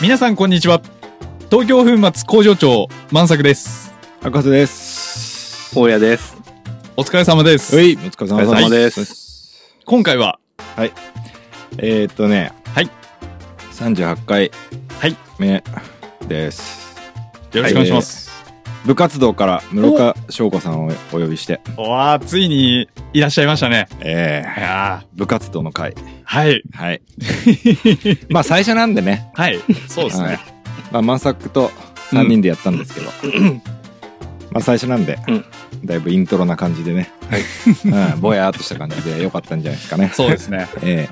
皆さんこんにちは東京粉末工場長満作です博士です。大家です。お疲れ様ですはい、お疲れ様お疲れ様ですす。今回はえーっとね、はい。 38回はい目です。よろしくお願いします、部活動から室岡翔子さんをお呼びして、おわーついにいらっしゃいましたねえいやー、部活動の会。ーはいはい。 まあ最初なんでね、はいそうですね、はいまあ満作と3人でやったんですけど、まあ最初なんで、うんだいぶイントロな感じでね、はい。 うん、ぼやーっとした感じでよかったんじゃないですかね。そうですねえ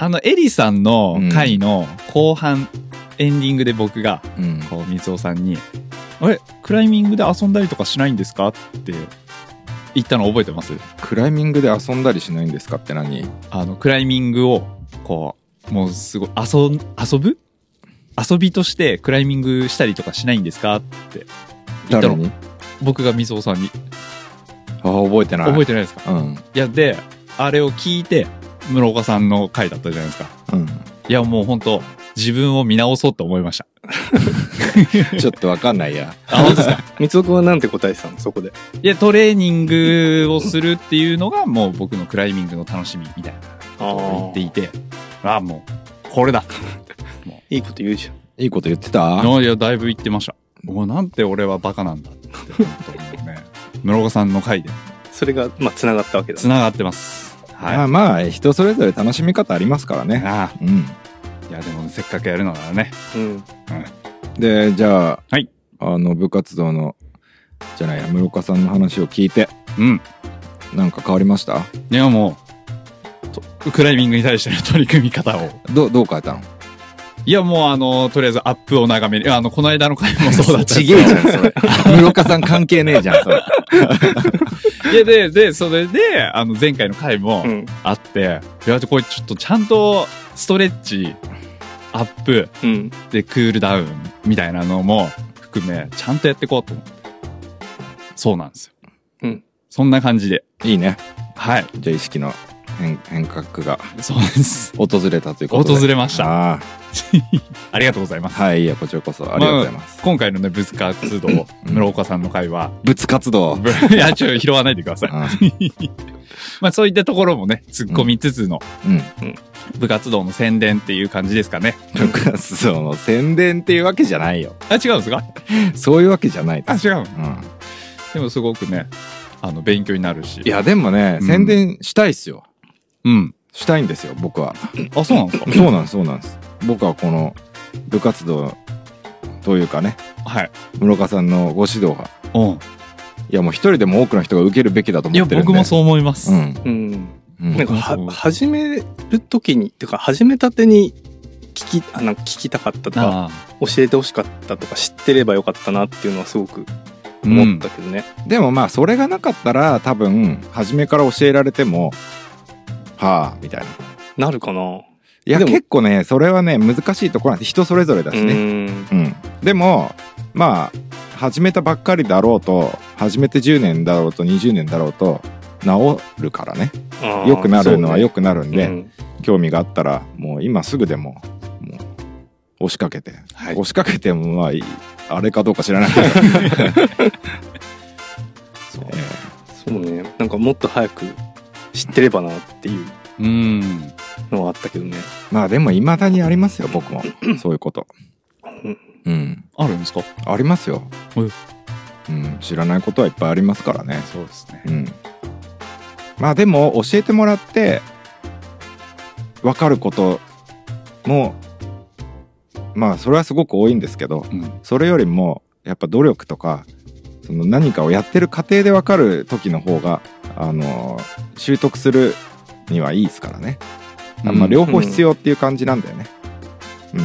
あのエリさんの回の後半、エンディングで僕がえうん。こう水尾さんに「あれクライミングで遊んだりとかしないんですか?」って言ったの覚えてますクライミングで遊んだりしないんですかって何あのクライミングをこうもうすごい遊ん遊ぶ遊びとしてクライミングしたりとかしないんですかって言った誰のに僕が水尾さんにあ覚えてない覚えてないですかうんうんいやであれを聞いて室岡さんの回だったじゃないですかいやもう本当自分を見直そうと思いましたちょっとわかんないやあ本当ですかみつおくんはなんて答えてたのそこで。いやトレーニングをするっていうのがもう僕のクライミングの楽しみみたいなことを言っていてああもうこれだいいこと言うじゃん。いいこと 言ってたいやいや、だいぶ言ってました。もうなんて俺はバカなんだって、ね。室岡さんの回でそれが、まあ、繋がったわけだ。繋がってます。はい。まああまあ人それぞれ楽しみ方ありますからねあ、うんいやでもせっかくやるのならね。うん。でじゃあ、はいあの部活動のじゃないや室岡さんの話を聞いてうん。なんか変わりましたいやもうと、クライミングに対しての取り組み方を。どどう変えたのいやもうあの、とりあえずアップを長めに、あの、この間の回もそうだったんですけちげどえじゃん それ室岡さん関係ねえじゃんそれいやで、で、それで、あの、前回の回もうん。あって、いや、これちょっとちゃんとストレッチ、アップ、うん。でクールダウンみたいなのも含めちゃんとやっていこうと思ってそうなんですようんそんな感じでいいねはいじゃあ意識の変変革がそうなんです訪れたということで訪れましたああありがとうございますはいいやこちらこそありがとうございます、今回のね、ぶつか活動、うん室岡さんの会は、ぶつ活動、うんぶ いや、ちょ、拾わないでください。まあ、そういったところもね、突っ込みつつの、うん部活動の宣伝っていう感じですかね。部活動の宣伝っていうわけじゃないよ。あ、違うんですかそういうわけじゃないであ、す。違うの。うん、でも、すごくね、あの、勉強になるし。い、や、でもね、うん宣伝したいっすよ。うん。したいんですよ、僕は。あ、そうなんですかそうなんです、そうなんです。僕はこの部活動というかね、はい。室岡さんのご指導が、ういや、もう一人でも多くの人が受けるべきだとん。い思や、ってるんで。僕もそう思います。うん。うん。うん。なんか、うんは、始めるときに、てか、始めたてに、聞き、あの、聞きたかったとか、ああ。教えてほしかったとか、知ってればよかったなっていうのはすごくうん思ったけどね。でもまあ、それがなかったら、多分、初めから教えられても、はあ、みたいな。なるかないや、でも結構ね、それはね、難しいところなんて人それぞれだしね。うん。うん、でもまあ始めたばっかりだろうと始めて10年だろうと20年だろうと治るからねあー良くなるのは良くなるんそうねで、うん興味があったらもう今すぐでももう押しかけて、はい押しかけてもまあいいあれかどうか知らないけど、 そうえそうね。なんか、もっと早く知ってればなっていううん。のはあったけどね。ーまあでもいまだにありますよ 僕もそういうことうんうんあるんですかありますよおい、うん、知らないことはいっぱいありますからねそうですね。うん、まあでも教えてもらって分かることもまあそれはすごく多いんですけどうん。それよりもやっぱ努力とかその何かをやってる過程で分かる時の方があの習得するにはいいですからね、あまあ両方必要っていう感じなんだよねうん、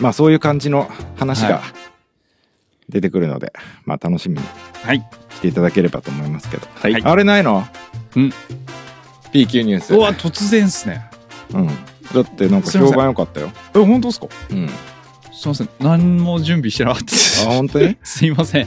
まあそういう感じの話がは出てくるので、まあ楽しみにはい。していただければと思いますけどはいあれないのうん ?PQ ニュース。うわ、突然っすね。うん。だってなんか評判良かったよ。え、本当ですかうん。あ、すいません。何も準備してなかったです。本当に すいません。あ、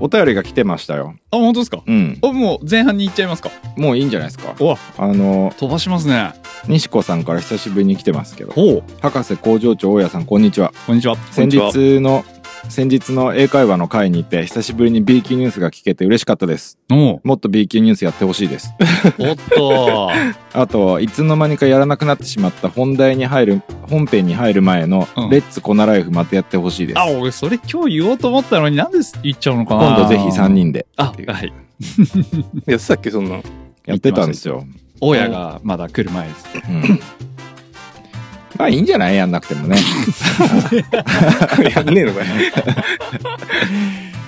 お便りが来てましたよ。本当ですかうん。あ、もう前半に行っちゃいますかもういいんじゃないですかうわ、あの、飛ばしますね。西子さんから久しぶりに来てますけどおう博士工場長大家さんこんにちはこんにちは。先こんにち日の先日の英会話の会に行って久しぶりに B 級ニュースが聞けて嬉しかったですおうもっと B 級ニュースやってほしい ですおっと。あといつの間にかやらなくなってしまった本題に入る本編に入る前のうん「レッツコナライフ」またやってほしいです、あ、俺、それ今日言おうと思ったのになんで言っちゃうのかな今度ぜひ3。人であっ、ていうはい。やってたっけそんなやってたんですよ、大家がまだ来る前です。うんまあいいんじゃないやんなくてもねやんねえのかよ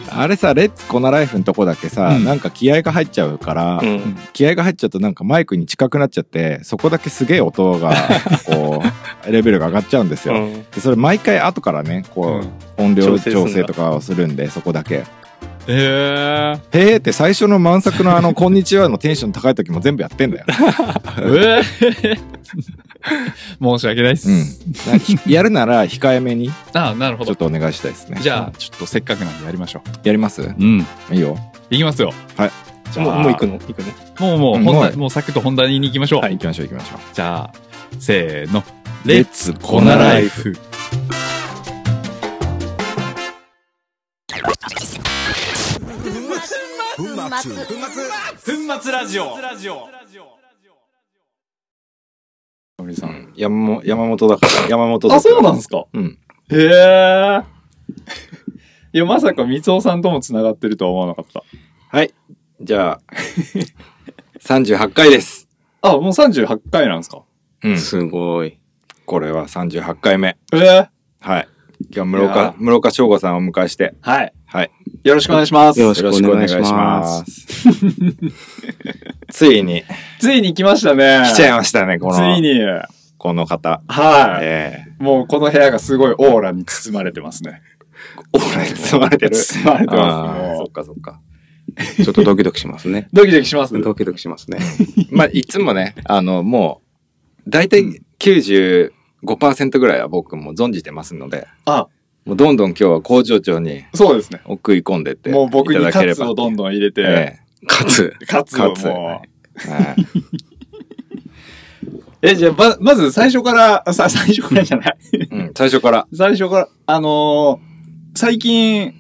あれさ「レッツコナライフ」のとこだけさ、うんなんか気合が入っちゃうから、うん気合が入っちゃうとなんかマイクに近くなっちゃってそこだけすげえ 音がこうレベルが上がっちゃうんですよ、うんでそれ毎回後からねこう、音量調整するん調だ整とかをするんでそこだけえ ー。へえって最初の満作のあの「こんにちは」のテンション高い時も全部やってん だよ、ね、えー 申し訳ないっす。うんなんかひやるなら控えめにあなるほちどょっ。とお願いしたいですねじゃあ、ちょっとせっかくなんでやりましょやりますう。うん。いいよいきますよ。はい。じゃあ、もうもう行くの行くのもうもう、うん本も題、うもうサクッと本題に行きましょう。行きましょう行きましょうじゃあ、せーの。レレッッツツココナナラライイフ。粉末ラジオ。森さん山も山本だから山本あ、そうなんですすかうんへえ。いや、まさか三尾さんとも繋がってるとは思わなかった。はいじゃあ38回ですあ、もう38回なんですかうんすごい。これは38回目ええ。はい今日は室いや岡室岡翔吾さんをお迎えしてはい。はいよろしくお願いします。よろしくお願いしますよろくお願いします ついについに来ましたね。来ちゃいましたねこついのに。この方はい、ええもうこの部屋がすごいオーラに包まれてますね。オーラに包まれてる包まれてます あーね。そっもう。かそっかちょっとドキドキしますねドキドキしますドキドキしますね。 まあいつもねあのもう大体95%ぐらいは僕も存じてますのであ、もうどんどん今日は工場長にそうですね。送り込んでっていもう僕たにだカけれツばをどんどん入れて、えかつ、 カツをカツもう。えはいえ、じゃあ、ま、まず最初から、さ、最初からじゃ ない。うん最初から最初から、あのー最近、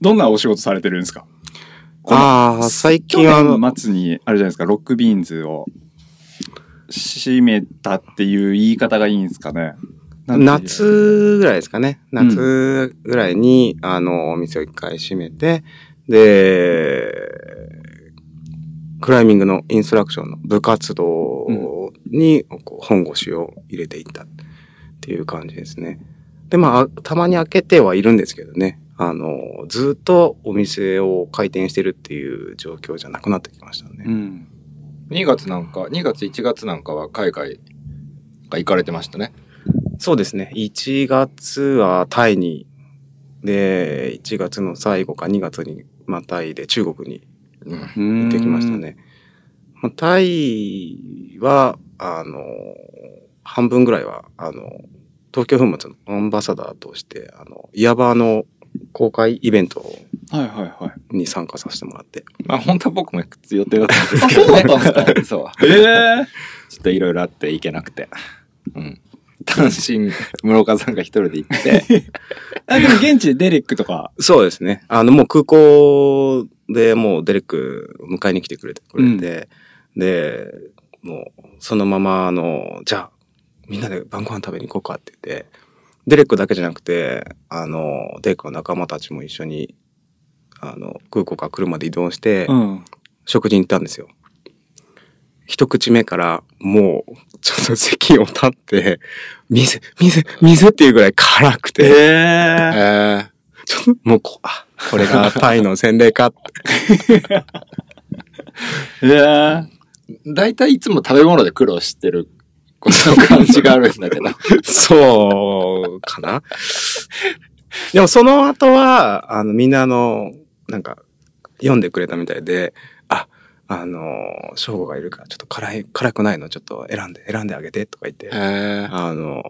どんなお仕事されてるんですかこのああ、最近はあ去の、年末に、あれじゃないですか、ロックビーンズを閉めたっていう言い方がいいんですかね。なんて言えばいいの夏ぐらいですかね。夏ぐらいに、あの、お店を一回閉めて、で、クライミングのインストラクションの部活動にこう本腰を入れていったっていう感じですね。で、まああ、たまに開けてはいるんですけどね。あの、ずっとお店を開店してるっていう状況じゃなくなってきましたね。うん。 2月なんか2月1月なんかは海外が行かれてましたねそうですね。1月はタイに、で、1月の最後か2月に、まあ、タイで中国にうん行行ってきました。ね。まあ、タイは、あの、半分ぐらいは、あの、東京粉末のアンバサダーとして、あの、いわばあの公開イベントはいはい はい。に参加させてもらって。まあ本当は僕も行く予定だったんですけどねそうだったんです そうえちょっといろいろあって行けなくてうん単身室岡さんが一人で行ってえあ、でも現地でデレックとか。そうですね。あの、もう空港でもうデレック迎えに来てくれてくれて、で、もうそのまま、あの、じゃあ、みんなで晩ご飯食べに行こうかって言って、デレックだけじゃなくて、あの、デレックの仲間たちも一緒に、あの、空港から車で移動して、ん。食事に行ったんですよ。一口目から、もう、ちょっと席を立って、水、水、水っていうぐらい辛くて。えええー、ちょっと、もうこ、あ、これがタイの洗礼かって。ええ大体いつも食べ物で苦労してる、この感じがあるんだけど。そう、かな。でもその後は、あの、みんなあの、なんか、読んでくれたみたいで、あ、あの、翔吾がいるから、ちょっと辛い、辛くないの、ちょっと選んで、選んであげて、とか言って。へあの、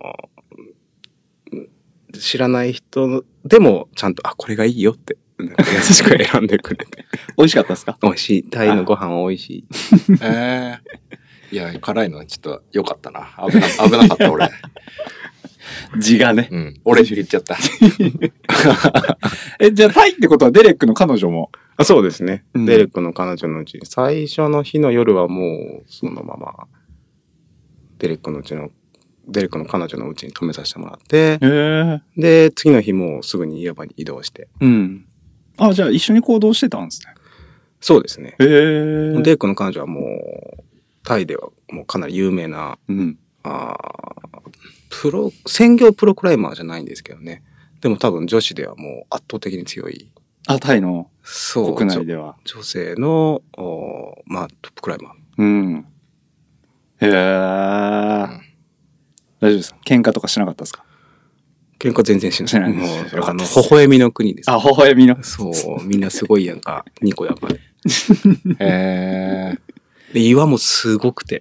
知らない人でも、ちゃんと、あ、これがいいよって、なんか優しく選んでくれて。 美味しかったですか美味しい。タイのご飯美味しい。 え。いや、辛いのはちょっと良かったな。危な、危なかった、俺。字がね。うん。俺言っちゃった。え、じゃあタイってことはデレックの彼女も。あそうですね、うんデレックの彼女のうち、最初の日の夜はもう、そのまま、デレックのうちの、デレックの彼女のうちに泊めさせてもらって、へえ。で、次の日もうすぐに岩場に移動して。うん。あ、じゃあ一緒に行動してたんですね。そうですね。へデえ。レックの彼女はもう、タイではもうかなり有名な、うん。あープロ、専業プロクライマーじゃないんですけどね。でも多分女子ではもう圧倒的に強い。あ、タイのそう。国内女では。女性の、おーまあ、トップクライマー。うん。へえ。大丈夫ですか喧嘩とかしなかったですか喧嘩全然しない。しないもよかったう、あの、微笑みの国です。あ、微笑みの。そう、みんなすごいやんか、にこやかで。えー、で、岩もすごくて、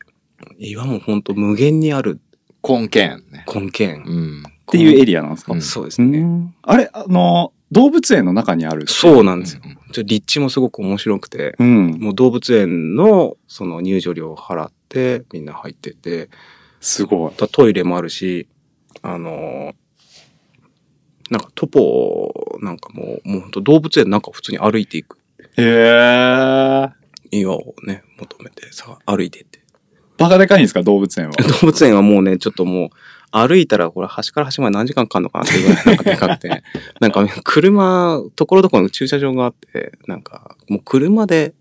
岩もほんと無限にある根源ね。根源。うっん。ていうエリアなんですかうんそうですうね。ん。あれ、あの、動物園の中にある。そうなんですよ。ちょ立地もすごく面白くて、うん。もう動物園のその入場料を払ってみんな入ってて、すごい。あとトイレもあるし、あのーなんかトポなんかもう、もうほんと動物園なんか普通に歩いていくへえ。岩をね、求めてさ、歩いてって。 バカでかいんですか動 物園は。動物園はもうね、ちょっともう、歩いたら、これ、端から端まで何時間かかんのかなっていうぐらい、なんかでかくて、 なんか、車、ところどころの駐車場があって、なんか、もう車で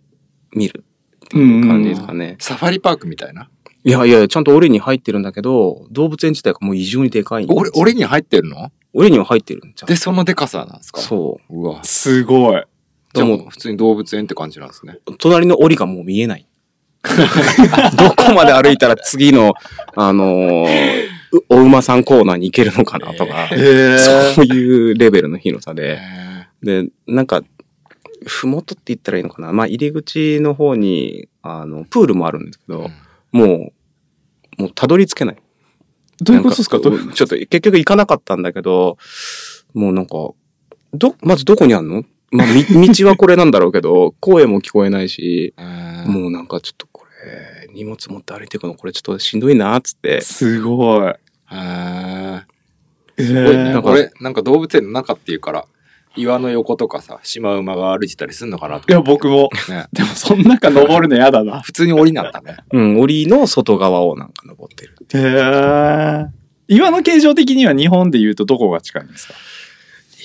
見るっていう感じですかね。サファリパークみたいな。いやいや、ちゃんと俺に入ってるんだけど、動物園自体がもう異常にでかいんですよ俺、俺に入ってるの俺には入ってるんじゃん。で、そのデカさなんですか。そううわ。すごい。じゃあもう普通に動物園って感じなんですね。う。隣の檻がもう見えない。 どこまで歩いたら次の、あのーうお馬さんコーナーに行けるのかなとか、へそういうレベルの広さで。えで、なんか、ふもとって言ったらいいのかなまあ、入り口の方に、あの、プールもあるんですけど、もう、もうたどり着けない。どういうことですかなんちょっと結局行かなかったんだけど、もうなんか、ど、まずどこにあんのまあ、み 道はこれなんだろうけど、声も聞こえないし、ももうなんかちょっとこれ、荷物持って歩いていくのこれちょっとしんどいな、つって。すごい。うん。へえー俺ねだから俺、なんか動物園の中っていうから、岩の横とかさ、シマウマが歩いてたりすんのかなといや、僕も。ね。でも、そん中登るの嫌だ な。普通に檻なんだね。うん、檻の外側をなんか登ってる。へえ。岩の形状的には日本で言うとどこが近いんですか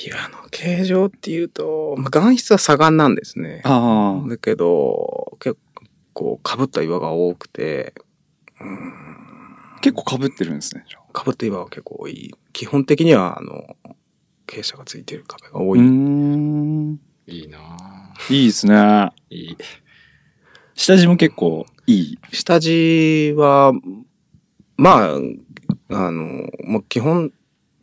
岩の形状っていうと、まあ、岩質は砂岩なんですね。あだけど、結構被った岩が多くて、あ。結構被ってるんですね。じゃあ被った岩が結構多い。基本的には、あの、傾斜がついてる壁が多うい。ーん。いいなぁいいですね。いい。下地も結構いい。下地は、まあ、あの、まあ、基本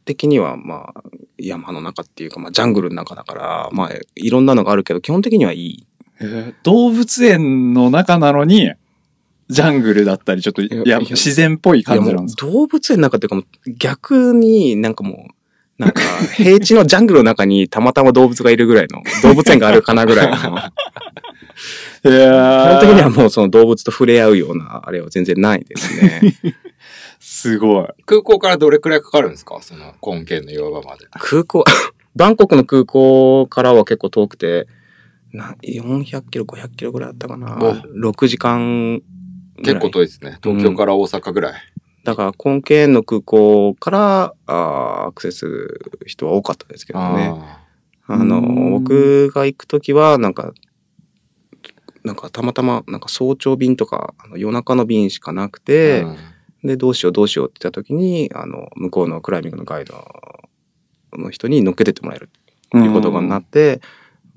的には、まあ、山の中っていうか、まあ、ジャングルの中だから、まあ、いろんなのがあるけど、基本的にはいい。動物園の中なのに、ジャングルだったり、ちょっと、いやや、いや自然っぽいいや感もじうなんですか動物園の中っていうかもう逆になんかもう、なんか平地のジャングルの中にたまたま動物がいるぐらい の、動物園があるかなぐ らいの。基本へえ。的にはもうその動物と触れ合うようなあれは全然ないです ね。すごい。空港からどれくらいかかるんですかその根源の岩場まで。空港、 バンコクの空港からは結構遠くて、な400キロ、500キロぐらいあったかな。6時間ぐ結らい。構遠いですね。東京から大阪ぐらい。だから、根ンの空港からあーアクセスする人は多かったですけどね。ああの、うん僕が行くときは、なんか、なんかたまたま、なんか早朝便とか、あの夜中の便しかなくーてう、んで、どうしようどうしようって言ったときに、あの、向こうのクライミングのガイドの人に乗っけてってもらえるっていうことになって、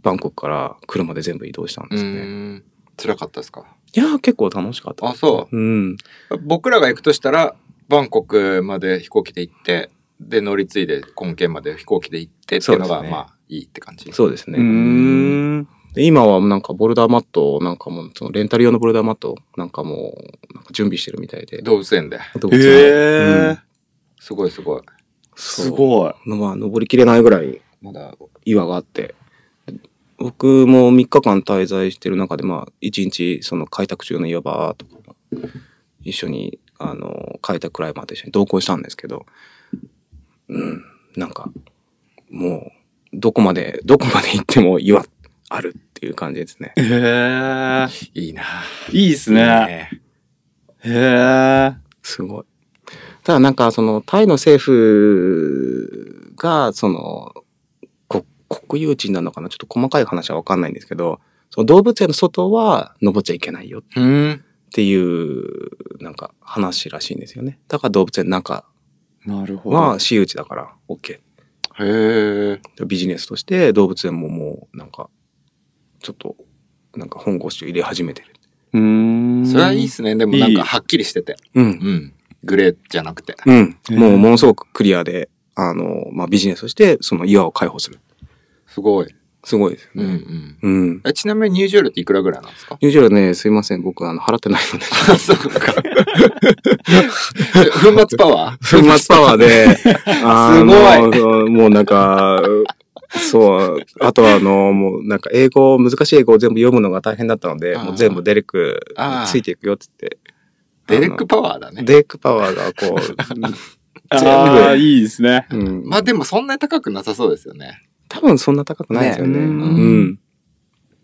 バンコクから車で全部移動したんうですね。ーん。辛かったですかいやー、結構楽しかった。。あ、そううん。う。僕らが行くとしたら、バンコクまで飛行機で行って、で、乗り継いで根源まで飛行機で行ってっていうのそうが、ですねまあ、いいって感じ。そうですうね。ーん。で今はなんかボルダーマットをなんかもう、そのレンタル用のボルダーマットをなんかもう、なんか準備してるみたいで。動物園で。どうへうえん。すごいすごい。すごい。のまあ登りきれないぐらいまだ、岩があって僕も3日間滞在してる中でまあ1日その開拓中の岩場とか一緒に、あの、書いたクライマーと一緒に同行したんですけど、うん、なんか、もう、どこまで、どこまで行っても岩、あるっていう感じですね。へえ。いいなぁいいですね。へえ。すごい。ただなんか、その、タイの政府が、その、こ国有地なのかなちょっと細かい話はわかんないんですけど、その動物園の外は登っちゃいけないようん。っていう、なんか話らしいんですよね。だから動物園の中なるほど。は私有地だから OK。へえ。ビジネスとして動物園ももう、なんか、ちょっと、なんか本腰を入れ始めてる。うんそれはいいっすね。でもなんかはっきりしてて。うん。うん。グレーじゃなくて。うん。へーもうものすごくクリアで、あの、まあ、ビジネスとして、その岩を開放する。すごい。すごいですうんうね。ん。うん。えちなみに入場料っていくらぐらいなんです か入場料ね、すいません。僕、あの、払ってない ので。そうか。粉末パワー粉末パワ ーで、あのもうなんか、そう、あとはあの、もうなんか英語、難しい英語を全部読むのが大変だったので、ああもう全部デレックああついていくよって言って。デレックあパワーだのね。デレックパワーがこ全部ああ、いいですね。う、うん、まあでもそんなに高くなさそうですよね。多分そんな高くないですよね。ねうんううん。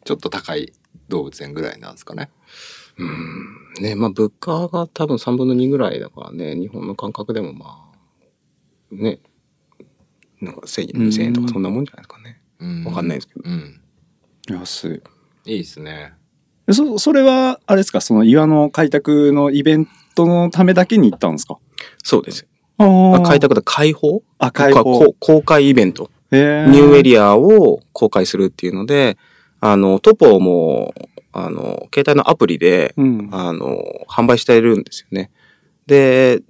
ちょっと高い動物園ぐらいなんですかね。うんね、まあ物価が多分3分の2ぐらいだからね、日本の感覚でもまあ、ね、なんか1000円、2000円とかそんなもんじゃないですかね。うんわかんないですけど。うん。安い。いいですね。そ、それは、あれですか、その岩の開拓のイベントのためだけに行ったんですかそうです。ああ開拓だ、開放あ、開こ放。う公開イベント。ニュニューエリリアを公開するっていうので、あの、トポも、あの、携帯のアプリで、うん。あの、販売しているんですよね。で、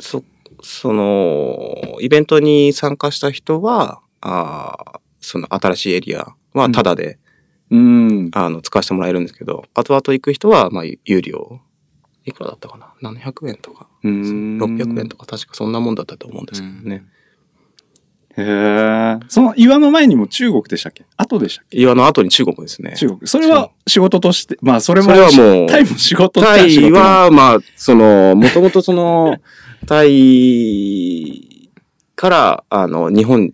そ、その、イベントに参加した人は、あーその新しいエリアはタダで、うん。あの、使わせてもらえるんですけど、後々行く人は、まあ、有料。いくらだったかな ?700 円とか、600 600円とか、確かそんなもんだったと思うんですけどね。へえ。その岩の前にも中国でしたっけ後でしたっ岩の後に中国ですねけ。中国。それは仕事として、まあそれも、それはもうタイも仕事っちゃタ仕イ事なんは、まあ、その、もともとその、タイから、あの、日本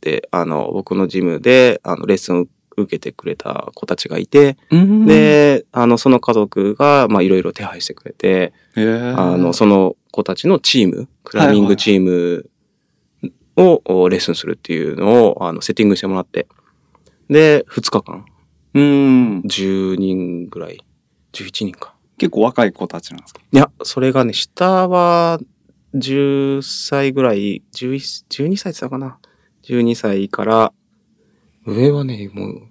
で、あの、僕のジムで、あの、レッスンを受けてくれた子たちがいて、うん、で、あの、その家族が、まあ、いろいろ手配してくれて、へーあの、、その子たちのチーム、クライミングチームをおレッスンするっていうのを、あの、セッティングしてもらって、で、2日間、うん。 10人ぐらい、11人か。結構若い子たちなんですかいや、それがね、下は10歳ぐらい、11 12歳って言ってたかな。12歳から、上はね、もう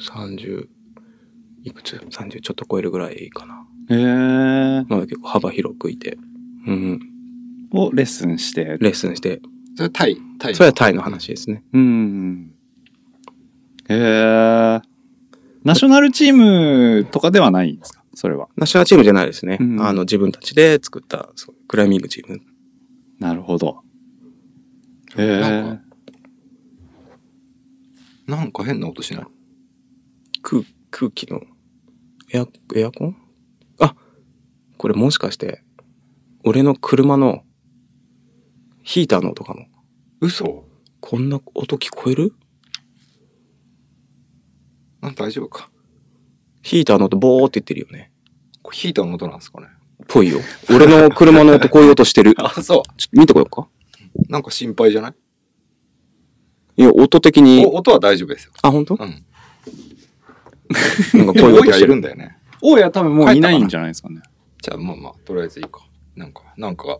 30、いくつ ?30 ちょっと超えるぐらいかな。へえ。まだ結構幅広くいて。うん。をレッスンして。レッスンして。それタイ、タイ。それはタイの話ですね。うん。へえ。ナショナルチームとかではないんですかそれは。ナショナルチームじゃないですね。うんあの、自分たちで作った、そうクライミングチーム。なるほど。へなえん。なんか変な音しない空、空気の、エア、エアコンあ、これもしかして、俺の車の、ヒーターの音かも。嘘こんな音聞こえるなん大丈夫か。ヒーターの音ボーって言ってるよね。これヒーターの音なんですかね。ぽいよ。俺の車の音こういう音してる。ちょっあ、そと見てこようか。う。なんか心配じゃないいや、音的にお、音は大丈夫ですよ。あ、本当？うん。 なんかこういう大音家しいてるる。んだよね。大家多分もういないんじゃないですかね。じゃあまあまあ、とりあえずいいか。なんか、なんか、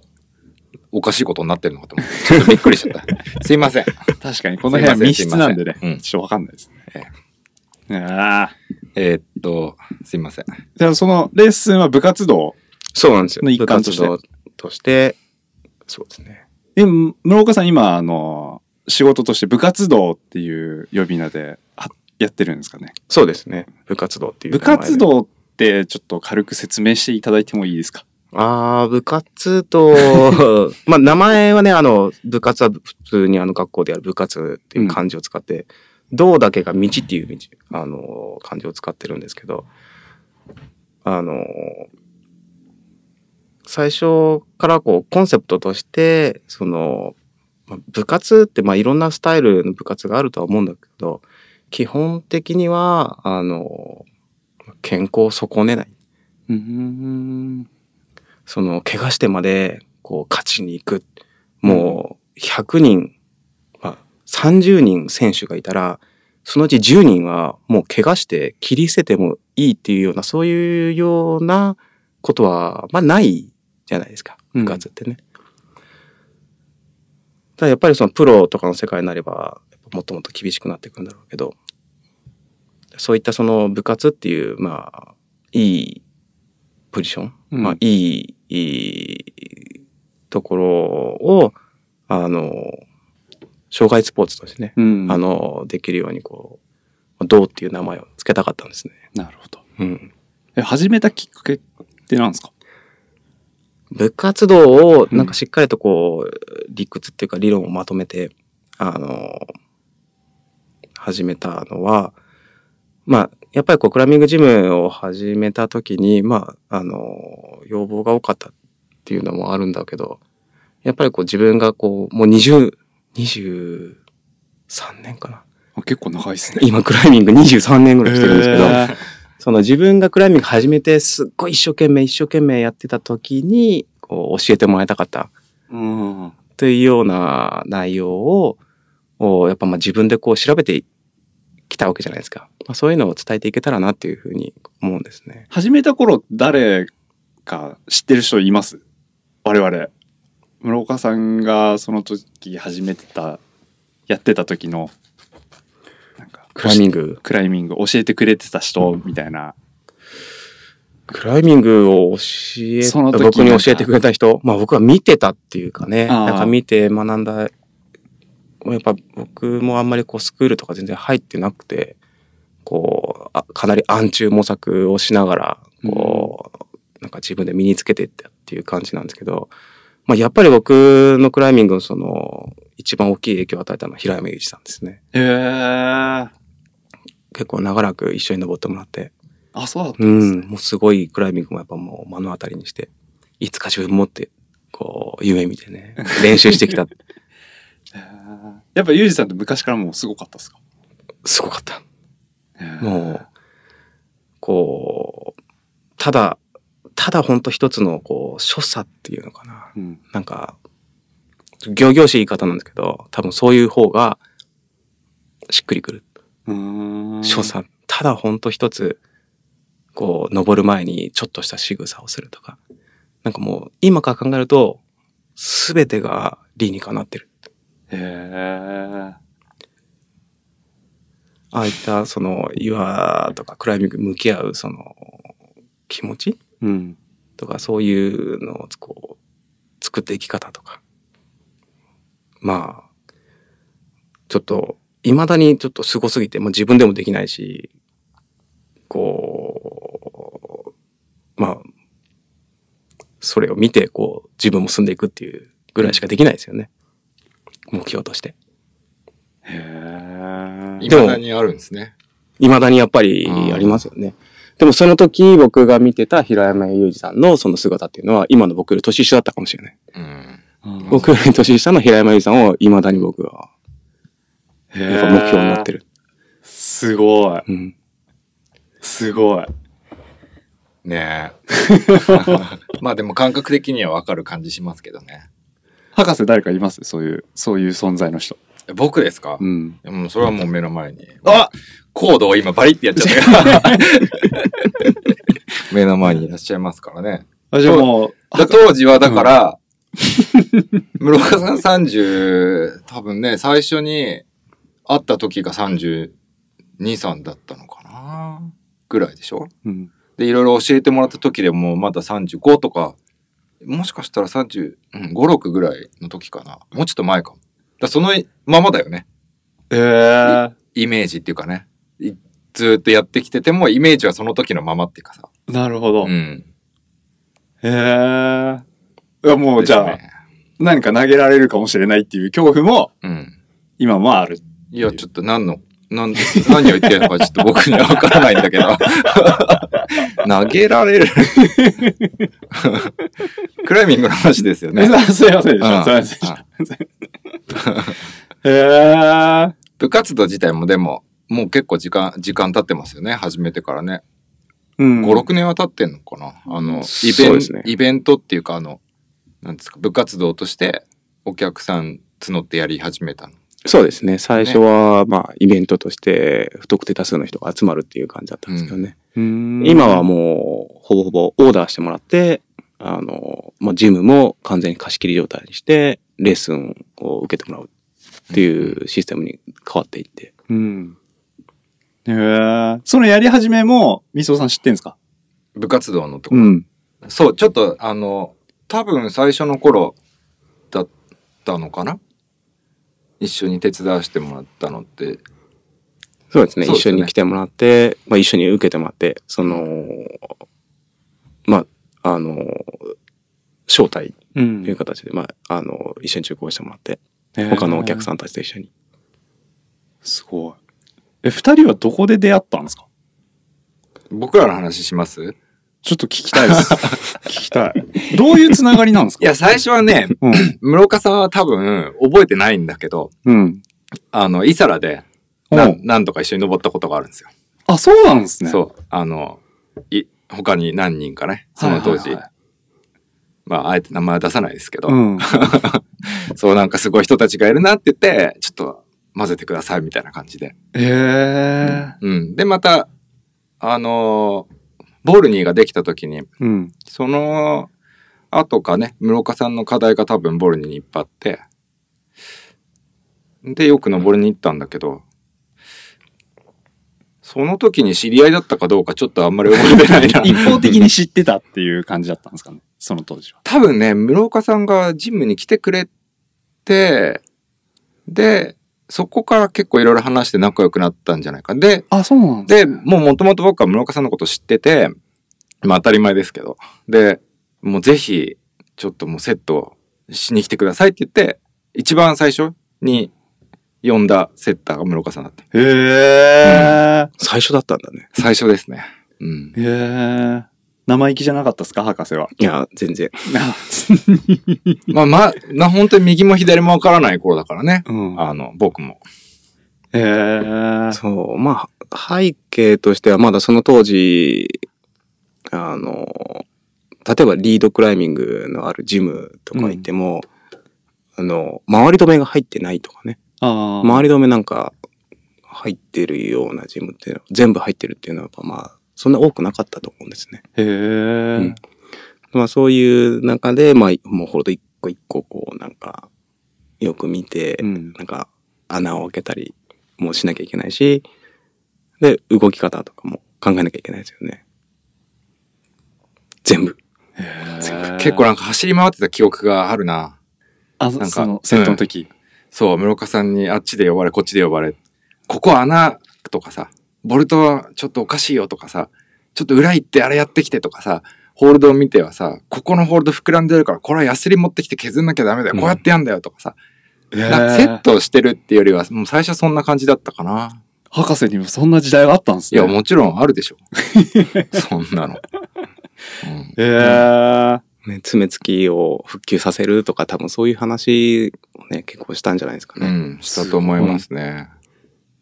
おかしいことになってるのかと思って。ちょっとびっくりしちゃった。 すいません。確かに、この部屋すいません密室なんですいませんうね。んちょっとわかんないですね。ああ。えーっと、すいません。じゃあそのレッスンは部活動そうなんですよ。の一環として部活動として、そうですね。で、む室岡さん今、あの、仕事として部活動っていう呼び名であやってるんですかね。そうですね。部活動ってい部う名前で。活動ってちょっと軽く説明していただいてもいいですかああ、部活と、 まあ名前はね、あの、部活は普通にあの学校でやる部活っていう漢字を使って、道、だけが道っていう道、あの、漢字を使ってるんですけど、あの、最初からこうコンセプトとして、その、まあ部活ってまあいろんなスタイルの部活があるとは思うんだけど、基本的には、あの、健康を損ねない。うん。その、怪我してまで、こう、勝ちに行く。もう、100人、まあ、30人選手がいたら、そのうち10人はもう怪我して切り捨ててもいいっていうような、そういうようなことは、まあないじゃないですか。うん部活ってね。ただやっぱりそのプロとかの世界になれば、やっぱもっともっと厳しくなっていくんだろうけど、そういったその部活っていう、まあ、いいポジション、うんまあ、いい、いいところを、あの、障害スポーツとしてね、うん。あ、の、できるようにこう、銅っていう名前を付けたかったんですね。なるほど。うん。え始めたきっかけってなんですか部活動をなんかしっかりとこう、理屈っていうか理論をまとめて、あの、始めたのは、まあ、やっぱりこう、クライミングジムを始めた時に、まあ、あの、要望が多かったっていうのもあるんだけど、やっぱりこう自分がこう、もう20、23年かな。あ結構長いですね。今クライミング23年ぐらいしてるんですけど、へーその自分がクライミング始めてすっごい一生懸命一生懸命やってた時にこう教えてもらいたかったうん。というような内容をおやっぱまあ自分でこう調べてきたわけじゃないですか、まあ、そういうのを伝えていけたらなっていうふうに思うんですね。始めた頃、誰か知ってる人います我々。室岡さんがその時始めてた、やってた時の、なんか、クライミング。クライミング教えてくれてた人みたいな。クライミングを教え、その時僕に教えてくれた人。まあ僕は見てたっていうかね。ああなんか見て学んだ。やっぱ僕もあんまりこうスクールとか全然入ってなくて、こう、あかなり暗中模索をしながら、こう、なんか自分で身につけていったっていう感じなんですけど、まあやっぱり僕のクライミングのその、一番大きい影響を与えたのは平山裕二さんですね。へえー。結構長らく一緒に登ってもらって。あ、そうだったうんですん、ね。もうすごいクライミングもやっぱもう目の当たりにして、いつか自分もって、こう、夢見て ね、練習してきた。へーやっぱユージさんって昔からもうすごかったですかすごかった。へーもう、こう、ただ、ただほんと一つの、こう、所作っていうのかな。うん。なんか、行々しい言い方なんですけど、多分そういう方が、しっくりくる。うん。所作。ただほんと一つ、こう、登る前にちょっとした仕草をするとか。なんかもう、今から考えると、すべてが理にかなってる。へえ。ああいった、その、岩とかクライミングに向き合う、その、気持ちうん。とか、そういうのを、こう、作っていき方とか。まあ、ちょっと、未だにちょっとすごすぎて、もう自分でもできないし、こう、まあ、それを見て、こう、自分も進んでいくっていうぐらいしかできないですよね。目標として。へえ。未だにあるんですね。未だにやっぱりありますよね。でもその時僕が見てた平山裕二さんのその姿っていうのは今の僕より年下だったかもしれない。うん。僕より年下の平山裕二さんを未だに僕はやっぱ目標になってる。る。すごい。うん。すごい。ね え。 まあでも感覚的にはわかる感じしますけどね。博士誰かいますそういう、そういう存在の人。僕ですかうん。もうそれはもう目の前に。あコードを今バリってやっちゃったから。 目の前いにらっしゃいますからね。あ、じゃあもだ当時はだから、室岡さん30、多分ね、最初に会った時が32、3だったのかなぐらいでしょう、うん。で、いろいろ教えてもらった時でもまだ35とか、もしかしたら35、うん5 6ぐらいの時かな。もうちょっと前かも。だからそのままだよね。えー、イメージっていうかね。いずーっとやってきてても、イメージはその時のままっていうかさ。なるほど。うへん。えー。いやもうじゃあ、ですね何か投げられるかもしれないっていう恐怖もうん。今もある。いや、ちょっと何のなん何を言ってるのかちょっと僕にはわからないんだけど。投げられる。クライミングの話ですよえね。 すいませんでした。すいませんでしうんた。へー。部活動自体もでも、もう結構時間、時間経ってますよね。始めてからね。うん。 5、6年は経ってんのかな。あの、イそベうンでト、すねイベントっていうか、あの、なんですか、部活動としてお客さん募ってやり始めたの。そうですね。最初は、まあ、イベントとして、不特定多数の人が集まるっていう感じだったんですけどね。今はもう、ほぼほぼオーダーしてもらって、あの、まあ、ジムも完全に貸し切り状態にして、レッスンを受けてもらうっていうシステムに変わっていって。うん。へーそのやり始めも、みそさん知ってんですか部活動のとこん。そう、ちょっと、あの、多分最初の頃だったのかな一緒に手伝わせてもらったのって。そうですね。そうで一す緒ねに来てもらって、まあ、一緒に受けてもらって、その、まあ、あの、招待うとんいう形で、まあ、あの、一緒に中行してもらって、他のお客ん。さんたちと一緒に。すごい。え、二人はどこで出会ったんですか僕らの話しますちょっと聞きたいです。聞きたい。どういうつながりなんですか いや、最初はね、うん。室岡さんは多分覚えてないんだけど、 うん。あの、イサラで、おなう何度か一緒に登ったことがあるんですよ。あ、そうなんですね。う。そう。あの、い、他に何人かね、その当時。はいはいはまあ、あえて名前は出さないですけど、うん。そうなんかすごい人たちがいるなって言って、ちょっと混ぜてくださいみたいな感じで。 へえ。うん。で、また、あのーボルニーができた時に、うん。。その後かね、室岡さんの課題が多分ボルニーにいっぱいあって、で、よく登りに行ったんだけど、その時に知り合いだったかどうかちょっとあんまり覚えて ないな一方的に知ってたっていう感じだったんですかね。その当時は。多分ね、室岡さんがジムに来てくれて、で、そこから結構いろいろ話して仲良くなったんじゃないか。で、あ、そうなんで、もうもともと僕は室岡さんのこと知ってて、まあ当たり前ですけど。で、もうぜひ、ちょっともうセットしに来てくださいって言って、一番最初に呼んだセッターが室岡さんだった。へえ。最初だったんだね。最初ですね。うん。へえ。生意気じゃなかったですか博士は。いや、全然。まあまあ、な、本当に右も左もわからない頃だからね。うん。あの、僕も。へえ。そう、まあ、背景としては、まだその当時、あの、例えばリードクライミングのあるジムとか行っても、あの、周り止めが入ってないとかね。ああ。周り止めなんか入ってるようなジムっていうのは、全部入ってるっていうのは、やっぱまあ、そんな多くなかったと思うんですね。へうえん。まあそういう中で、まあ、もうほんと一個一個こう、なんか、よく見て、 うん。なんか穴を開けたりもしなきゃいけないし、で、動き方とかも考えなきゃいけないですよね。全部。結構なんか走り回ってた記憶があるな。あ、そなんかその、戦闘の時。そう、室岡さんにあっちで呼ばれ、こっちで呼ばれ。ここ穴とかさ、ボルトはちょっとおかしいよとかさ、ちょっと裏行ってあれやってきてとかさ、ホールドを見てはさ、ここのホールド膨らんでるから、これはヤスリ持ってきて削んなきゃダメだよ。うんこうやってやんだよとかさ、なんかなセットしてるっていうよりは、もう最初そんな感じだったかな。博士にもそんな時代があったんですいね。や、もちろんあるでしょ。そんなの。うんへえ。ね、詰め付きを復旧させるとか多分そういう話をね、結構したんじゃないですかうね。ん、したと思いますね。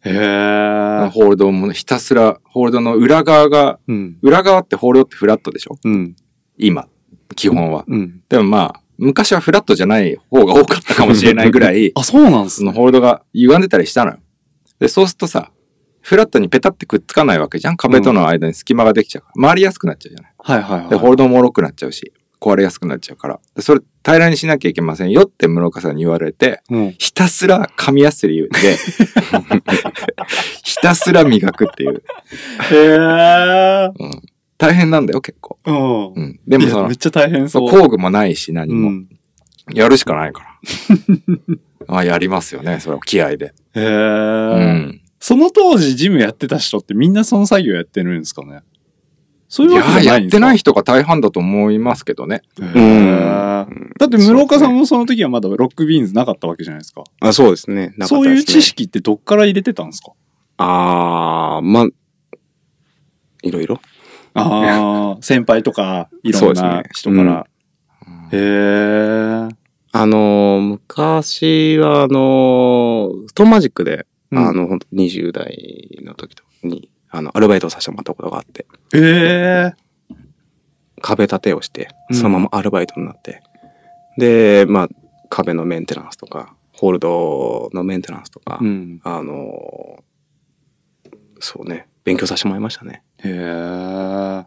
へえ。ホールドもひたすら、ホールドの裏側が、うん。裏側ってホールドってフラットでしょうん。今、基本は。うん。、でもまあ、昔はフラットじゃない方が多かったかもしれないぐらいあ、そうなんです そのね。ホールドが歪んでたりしたのよ。で、そうするとさ、フラットにペタってくっつかないわけじゃん壁との間に隙間ができちゃうから。回りやすくなっちゃうじゃない。はいはいはい。で、ホールドもろくなっちゃうし、壊れやすくなっちゃうから。でそれ平らにしなきゃいけませんよって室岡さんに言われて、うん。ひたすら紙やすりで、 ひたすら磨くっていう。へえ。うん、大変なんだよ、結構。うんう。ん、でもいそやのめっ、ちゃ大変そそうう。工具もないし何うも。ん。やるしかないから。 まあ、やりますよね、それは気合で。へうえ。ん。その当時ジムやってた人ってみんなその作業やってるんですかねそういいうわけや、じゃやないんっでてすかない人が大半だと思いますけどね。へうんーだって、室岡さんもその時はまだロックビーンズなかったわけじゃないですか。あそうですね。なかったそういうですね知識ってどっから入れてたんですかあー、まあ、いろいろ。ああ、先輩とか、いそろうんですなね人から。へえ。あのー、昔は、あのー、ストーンマジックで、うんあの、本当20代の時に、あの、アルバイトをさせてもらったことがあって、ええ。壁立てをして、うんそのままアルバイトになって、で、まあ、壁のメンテナンスとか、ホールドのメンテナンスとか、うん。あのー、そうね、勉強させてもらいましたね。へえ。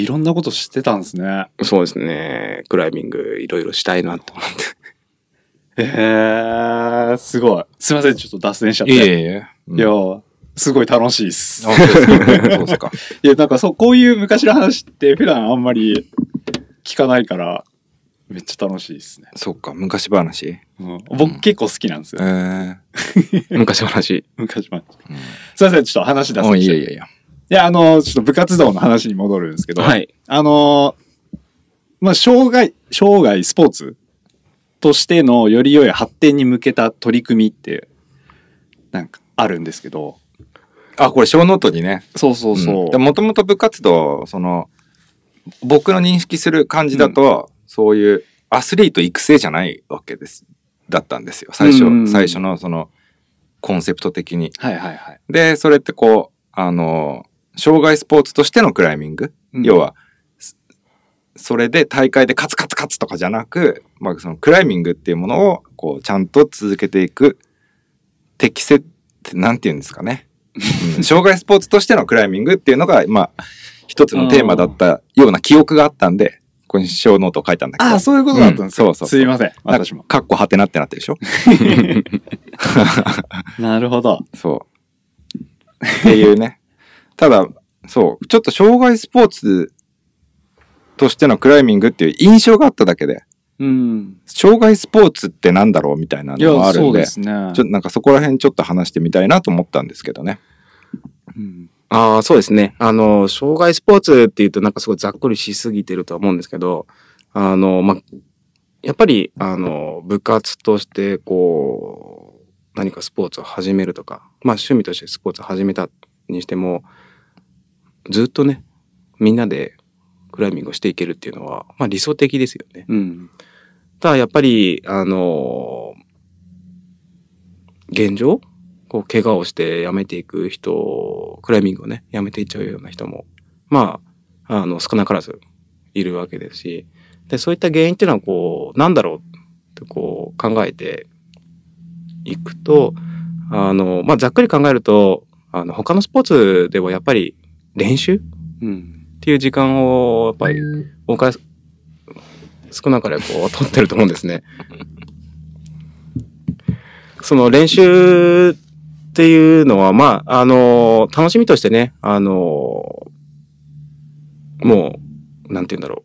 いろんなことしてたんですね。そうですね、クライミングいろいろしたいなと思って。 へえ、すごい。すいません、ちょっと脱線しちゃって。いえいえ。 うんいや、すごい楽 しいっす。あそうですかそうですか。いや、なんかそう、こういう昔の話って普段あんまり聞かないから、めっちゃ楽しいっすね。そうか、昔話。うん、う僕ん結構好きなんですえよ、ー昔話。昔話。うんすいません、ちょっと話出すあいやいやいや。いや、あの、ちょっと部活動の話に戻るんですけど、はい。あの、まあ、障害、障害スポーツとしてのより良い発展に向けた取り組みって、なんかあるんですけど、あ、これ、小ノートにね。そうそうそう。もともと部活動、その、僕の認識する感じだと、そういうアスリート育成じゃないわけです。だったんですよ。最初、うんうんうん最初のその、コンセプト的に。はいはいはい。で、それってこう、あの、障害スポーツとしてのクライミング。要は、そそれで大会でカツカツカツとかじゃなく、まあ、そのクライミングっていうものを、こう、ちゃんと続けていく、適切、なんて言うんですかね。う ん障害スポーツとしてのクライミングっていうのが、まあ、一つのテーマだったような記憶があったんで、ここに小ノートを書いたんだけど。ああ、そういうことだったんですか、うんそうそうそうすいません、なんか私も。かっこはてなってなってるでしょなるほど。そう。っていうね。 ただ、そう、ちょっと障害スポーツとしてのクライミングっていう印象があっただけで、うん。障害スポーツってなんだろうみたいないのがあや、るそんうで、でちすね。ょっとなんかそこら辺ちょっと話してみたいなと思ったんですけどね。うんああ、そうですね。あの、障害スポーツっていうとなんかすごいざっくりしすぎてるとは思うんですけど、あの、まあ、やっぱり、あの、部活として、こう、何かスポーツを始めるとか、まあ、趣味としてスポーツを始めたにしても、ずっとね、みんなでクライミングをしていけるっていうのは、まあ、理想的ですよね。うん。ただやっぱり、あの現状こう、怪我をしてやめていく人、クライミングをね、やめていっちゃうような人も、まあ、あの、少なからずいるわけですし、で、そういった原因っていうのは、こう、なんだろうってこう、考えていくと、あの、まあ、ざっくり考えると、あの、他のスポーツではやっぱり練習うん。っていう時間を、やっぱり、おか少なからこう、取ってると思うんですね。その練習っていうのは、まあ、あの、楽しみとしてね、あの、もう、なんて言うんだろう。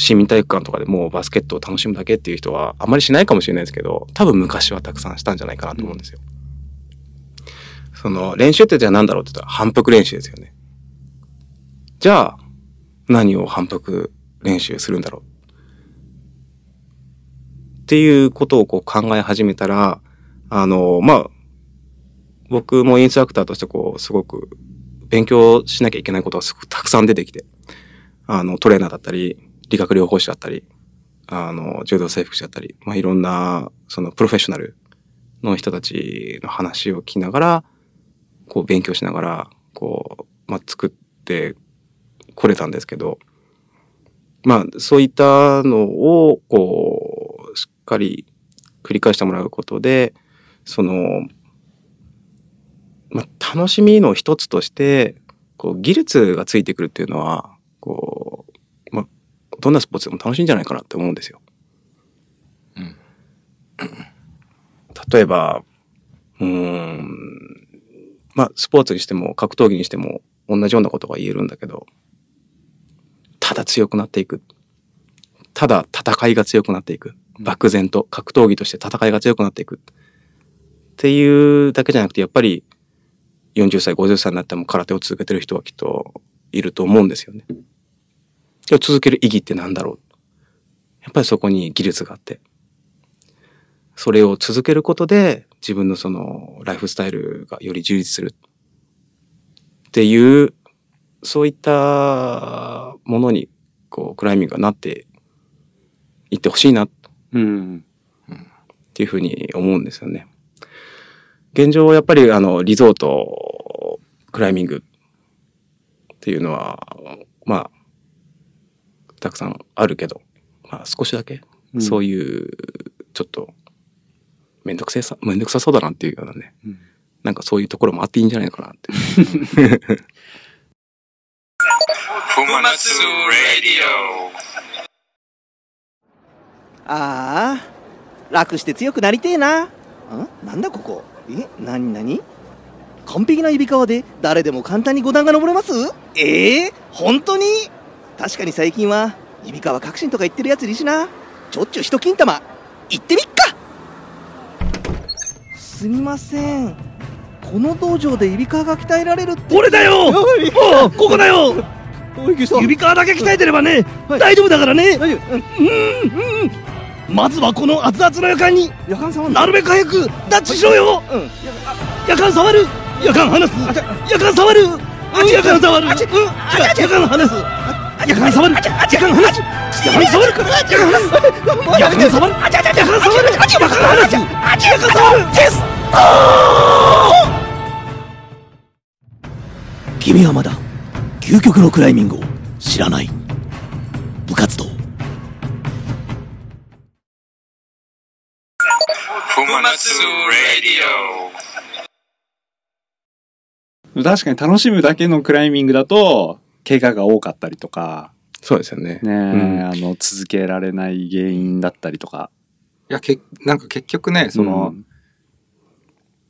市民体育館とかでもうバスケットを楽しむだけっていう人はあまりしないかもしれないですけど、多分昔はたくさんしたんじゃないかなと思うんですよ。その練習ってじゃあ何だろうって言ったら反復練習ですよね。じゃあ、何を反復練習するんだろうっていうことをこう考え始めたら、あの、まあ、僕もインストラクターとしてこう、すごく勉強しなきゃいけないことがすごくたくさん出てきて、あの、トレーナーだったり、理学療法士だったり、あの、柔道整復師だったり、まあ、いろんな、その、プロフェッショナルの人たちの話を聞きながら、こう、勉強しながら、こう、まあ、作ってこれたんですけど、まあ、そういったのを、こう、しっかり繰り返してもらうことで、その、まあ、楽しみの一つとして、こう、技術がついてくるっていうのは、こう、まあ、どんなスポーツでも楽しいんじゃないかなって思うんですよ。うん例えば、うーん、まあ、スポーツにしても、格闘技にしても、同じようなことが言えるんだけど、ただ強くなっていく。ただ戦いが強くなっていく。漠然と格闘技として戦いが強くなっていく。っていうだけじゃなくて、やっぱり40歳、50歳になっても空手を続けてる人はきっといると思うんですよね。でも続ける意義って何だろうやっぱりそこに技術があって。それを続けることで、自分のその、ライフスタイルがより充実する。っていう、そういったものに、こう、クライミングがなっていってほしいな、っうん。ていうふうに思うんですよね。現状はやっぱり、あの、リゾート、クライミングっていうのは、まあ、たくさんあるけど、まあ少しだけそういいう、ちょっと、めんどくせえさ、めんどくさそうだなっていうようなね、うんなんかそういうところもあっていいんじゃないのかなって。ああ、楽して強くなりてえな。んなんだここ。え、なになに完璧な指輪で誰でも簡単に五段が登れますええ本当に確かに最近は指輪革新とか言ってるやついるしな。ちょっちゅう一金玉、行ってみっかすみません。この道場で指輪が鍛えられるって。俺だよおここだ よ指輪だけ鍛えてればね、大丈夫だからね大丈夫、まずはこの熱々の夜間に夜間触るなるべく早くダッチしろよ、うん、夜間触る夜間離す夜間触る夜間触るうん違う夜間離す夜間触る夜間離す夜間触る夜間離す夜間触る夜間触る夜間離す夜間触るテスト君はまだ究極のクライミングを知らない部活動確かに楽しむだけのクライミングだと、怪我が多かったりとか、そうですよね。ねえ、んあの、続けられない原因だったりとか。や、け、なんか結局ね、その、うん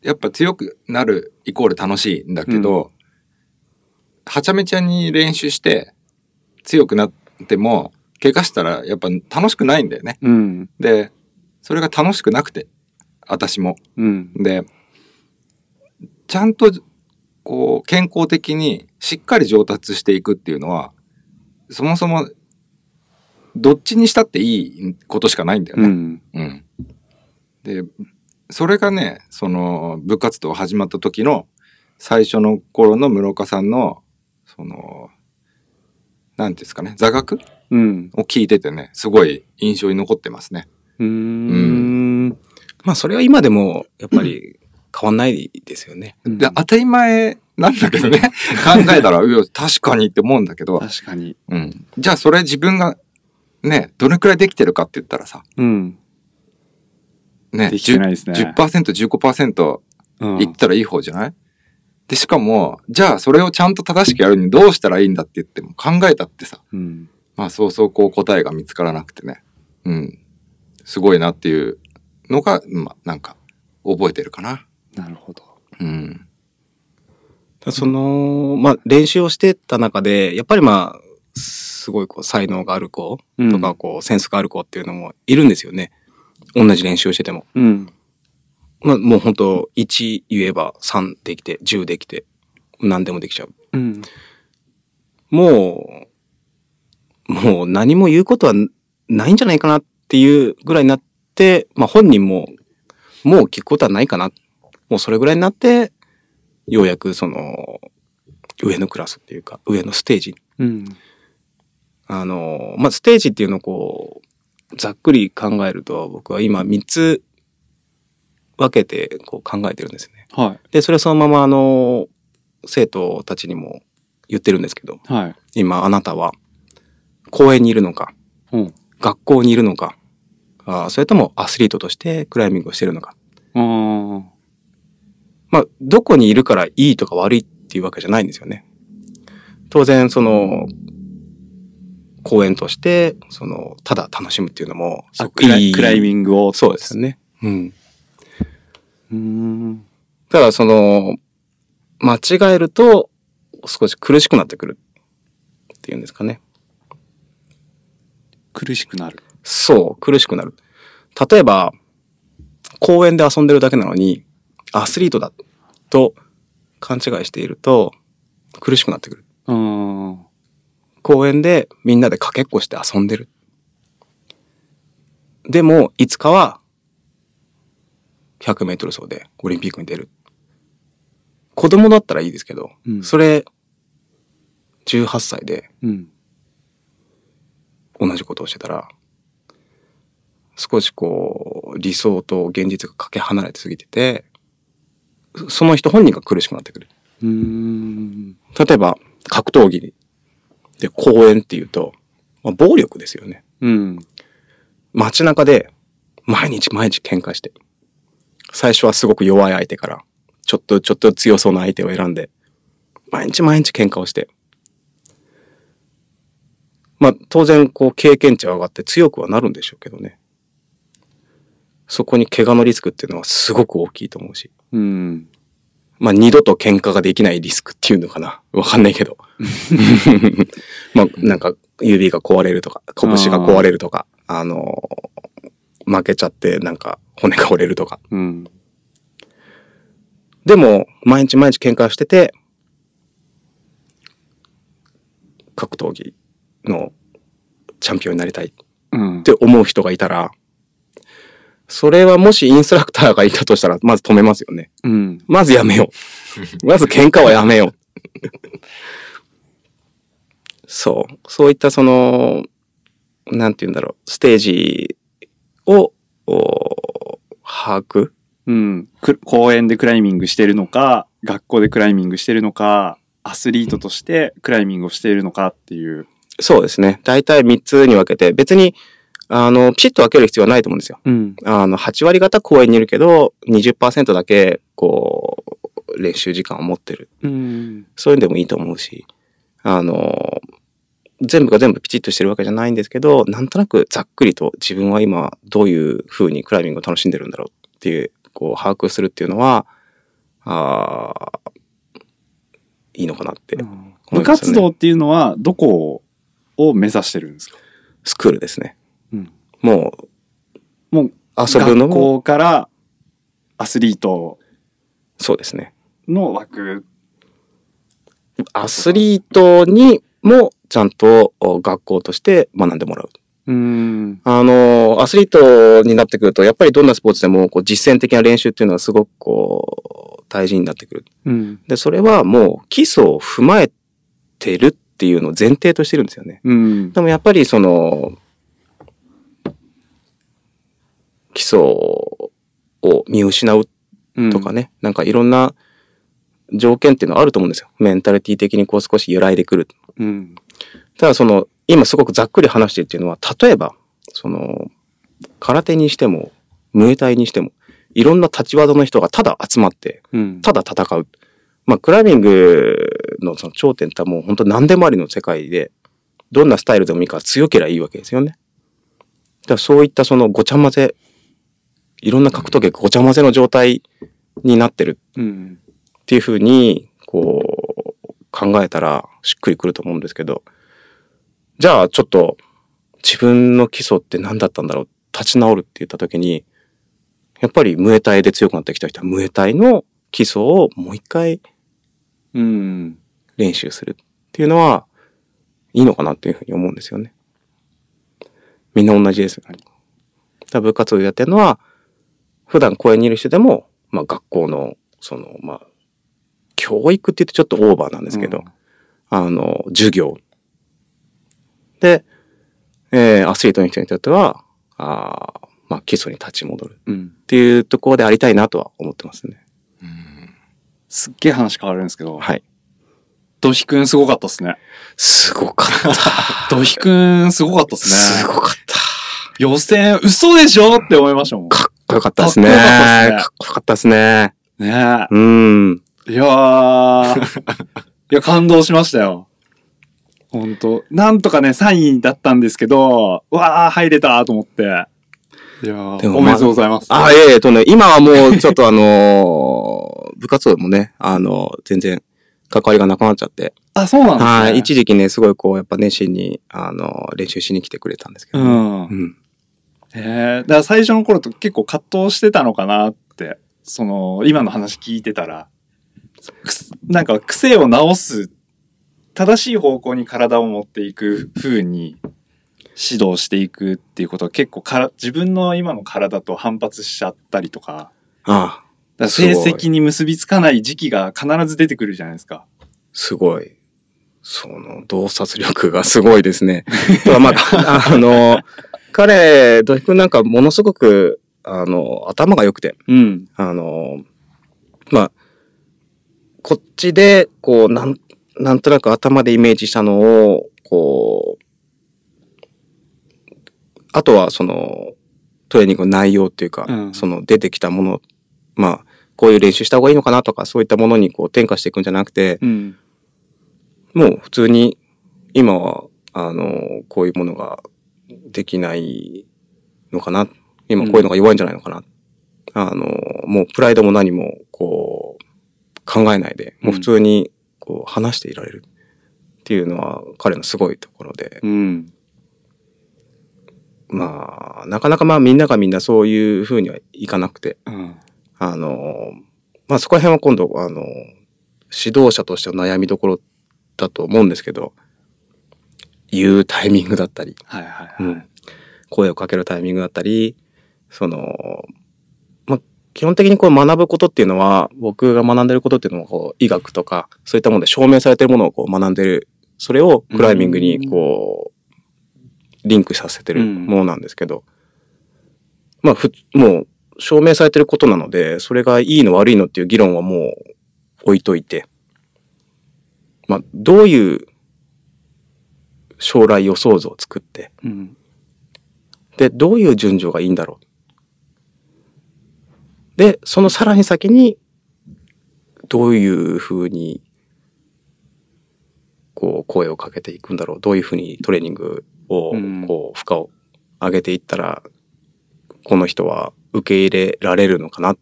やっぱ強くなるイコール楽しいんだけど、はちゃめちゃに練習して強くなっても、怪我したらやっぱ楽しくないんだよね。うん。で、それが楽しくなくて、私も。うん。で、ちゃんと、こう、健康的にしっかり上達していくっていうのは、そもそも、どっちにしたっていいことしかないんだようね。ん。うん。で、それがね、その、部活動始まった時の、最初の頃の室岡さんの、その、なんていうんですかね、座学うん。を聞いててね、すごい印象に残ってますね。うーん。まあそれは今でも、やっぱり変わんないですよね。うんで、当たり前なんだけ どね、考えたら、いや確かにって思うんだけど、確かに。うん。じゃあそれ自分が、ね、どれくらいできてるかって言ったらさ、うん。ね、できてないですね10 10%、15%うんいったらいい方じゃない、で、しかも、じゃあそれをちゃんと正しくやるにどうしたらいいんだって言っても考えたってさ、うん。まあそうそうこう答えが見つからなくてね、うん。すごいなっていうのが、まあなんか、覚えてるかな。なるほど。うん。その、まあ練習をしてた中で、やっぱりまあ、すごいこう、才能がある子うんとか、こう、センスがある子っていうのもいるんですよね。同じ練習をしてても。うん。まあもう本当1言えば3できて、10できて、何でもできちゃう。うん。もう、もう何も言うことはないんじゃないかなっていうぐらいになって、まあ本人も、もう聞くことはないかな。もうそれぐらいになって、ようやくその、上のクラスっていうか、上のステージ。うん。あの、まあステージっていうのをこう、ざっくり考えると、僕は今3つ分けてこう考えてるんですよね。はで、それはそのままあの、生徒たちにも言ってるんですけど、い。はい。今あなたは公園にいるのか、うん学校にいるのかあーそれともアスリートとしてクライミングをしてるのかあまあどこにいるからいいとか悪いっていうわけじゃないんですよね当然その公園としてそのただ楽しむっていうのもすあ。ごくクラいイいクライミングを。そうですねうんうーん。ただその間違えると少し苦しくなってくるっていうんですかね苦しくなる。そう、苦しくなる。例えば、公園で遊んでるだけなのに、アスリートだと勘違いしていると、苦しくなってくる。うーん。公園でみんなでかけっこして遊んでる。でも、いつかは、 100メートル走でオリンピックに出る。子供だったらいいですけど、うんそれ、18歳でうん。同じことをしてたら、少しこう、理想と現実がかけ離れてすぎてて、そその人本人が苦しくなってくる。うーん。例えば、格闘技で公演っていうと、まあ、暴力ですよね。うん。街中で、毎日毎日喧嘩して、最初はすごく弱い相手から、ちょっとちょっと強そうな相手を選んで、毎日毎日喧嘩をして、まあ当然こう経験値は上がって強くはなるんでしょうけどね。そこに怪我のリスクっていうのはすごく大きいと思うし。うん。まあ、二度と喧嘩ができないリスクっていうのかな。わかんないけど。まあ、なんか、指が壊れるとか、拳が壊れるとか、あのー負けちゃって、なんか、骨が折れるとか。うん。でも、毎日毎日喧嘩してて、格闘技のチャンピオンになりたいっうん。て思う人がいたら、それはもしインストラクターがいたとしたら、まず止めますよね。うん。まずやめよう。まず喧嘩はやめよう。そう。そういったその、なんて言うんだろう、ステージを、お把握うん。く公園でクライミングしてるのか、学校でクライミングしてるのか、アスリートとしてクライミングをしているのかっていう。そうですね。大体3つに分けて、別に、あの、ピシッと分ける必要はないと思うんですよ。うん。あの、8割方公園にいるけど、20%だけ、こう、練習時間を持ってる。うん。そういうのでもいいと思うし、あの、全部が全部ピチッとしてるわけじゃないんですけど、なんとなくざっくりと自分は今どういう風にクライミングを楽しんでるんだろうっていう、こう、把握するっていうのは、あーいいのかなって思います、ね。部活動っていうのは、どこを目指してるんですかスクールですね。うんもう、もう、遊ぶの学も、校からアスリートそうですね。の枠。アスリートにも、ちゃんとお学校として学んでもらう。うん。あの、アスリートになってくると、やっぱりどんなスポーツでも、こう、実践的な練習っていうのはすごく、こう、大事になってくる。うん。で、それはもう、基礎を踏まえてるっていうのを前提としてるんですよね。うん。でもやっぱり、その、基礎を見失うとかね、なんかいろんな条件っていうのはあると思うんですよ。メンタリティ的にこう少し揺らいでくる。うん。ただその、今すごくざっくり話してるっていうのは、例えば、その、空手にしても、ムエタイにしても、いろんな立ち技の人がただ集まって、うん。ただ戦う。まあ、クライミングのその頂点ってもう本当何でもありの世界で、どんなスタイルでもいいから強ければいいわけですよね。だからそういったそのごちゃ混ぜ、いろんな格闘技がごちゃ混ぜの状態になってるうん。っていうふうに、こう、考えたらしっくりくると思うんですけど、じゃあちょっと自分の基礎って何だったんだろう、立ち直るって言った時に、やっぱりムエタイで強くなってきた人はムエタイの基礎をもう一回うん。練習するっていうのは、いいのかなっていうふうに思うんですよね。みんな同じです。だから部活をやってるのは、普段公園にいる人でも、まあ学校の、その、まあ、教育って言ってちょっとオーバーなんですけど、うんあの、授業。で、えーアスリートの人にとっては、あーまあ基礎に立ち戻るうん。っていうところでありたいなとは思ってますね。すっげえ話変わるんですけど、はい。ドヒくんすごかったっすね。すごかった。ドヒくんすごかったっすすね。ごかった。予選、嘘でしょって思いましたもん。かっこよかったですね。かかっっこよかったですね。ねえ。うん。いや ー、いや、感動しましたよ。ほんと。なんとかね、3位だったんですけど、うわー、入れたーと思って。いやでー、もおめでとうございます。あ、ええとね、今はもうちょっとあのー部活動もね、あのー全然関わりがなくなっちゃって。あ、そうなんですね。はい。一時期ね、すごいこう、やっぱ熱心に、あのー練習しに来てくれたんですけうど。ん。うん。えー、だから最初の頃と結構葛藤してたのかなって、その、今の話聞いてたら、くすなんか癖を直す、正しい方向に体を持っていく風に指導していくっていうことは結構から、自分の今の体と反発しちゃったりとか、ああ、だからすご成い績に結びつかない時期が必ず出てくるじゃないですか。すごい。その洞察力がすごいです ね。ただまあ、あの、彼、土井くんなんかものすごく、あの、頭が良くて、 うん。あの、まあ、こっちで、こう、なん、なんとなく頭でイメージしたのを、こう、あとはその、トレーニングの内容っていうか、うんその出てきたもの、まあ、こういう練習した方がいいのかなとか、そういったものにこう転化していくんじゃなくて、うん。もう普通に今は、あの、こういうものができないのかな。今こういうのが弱いんじゃないのかな。あの、もうプライドも何も、こう、考えないで、もう普通に、こう、話していられるっていうのは彼のすごいところで、うん。まあ、なかなかまあみんながみんなそういうふうにはいかなくて、うん。あの、まあそこら辺は今度、あの、指導者としての悩みどころだと思うんですけど、言うタイミングだったり、はいはいはい。うん、声をかけるタイミングだったり、その、まあ基本的にこう学ぶことっていうのは、僕が学んでることっていうのは、こう、医学とか、そういったもので証明されてるものをこう学んでる、それをクライミングにこう、リンクさせてるものなんですけど、まあ、ふ、もう、証明されてることなので、それがいいの悪いのっていう議論はもう置いといて、まあ、どういう将来予想図を作って、うん。で、どういう順序がいいんだろう。で、そのさらに先に、どういうふうに、こう、声をかけていくんだろう。どういうふうにトレーニングをうん、こう、負荷を上げていったら、この人は受け入れられるのかなっ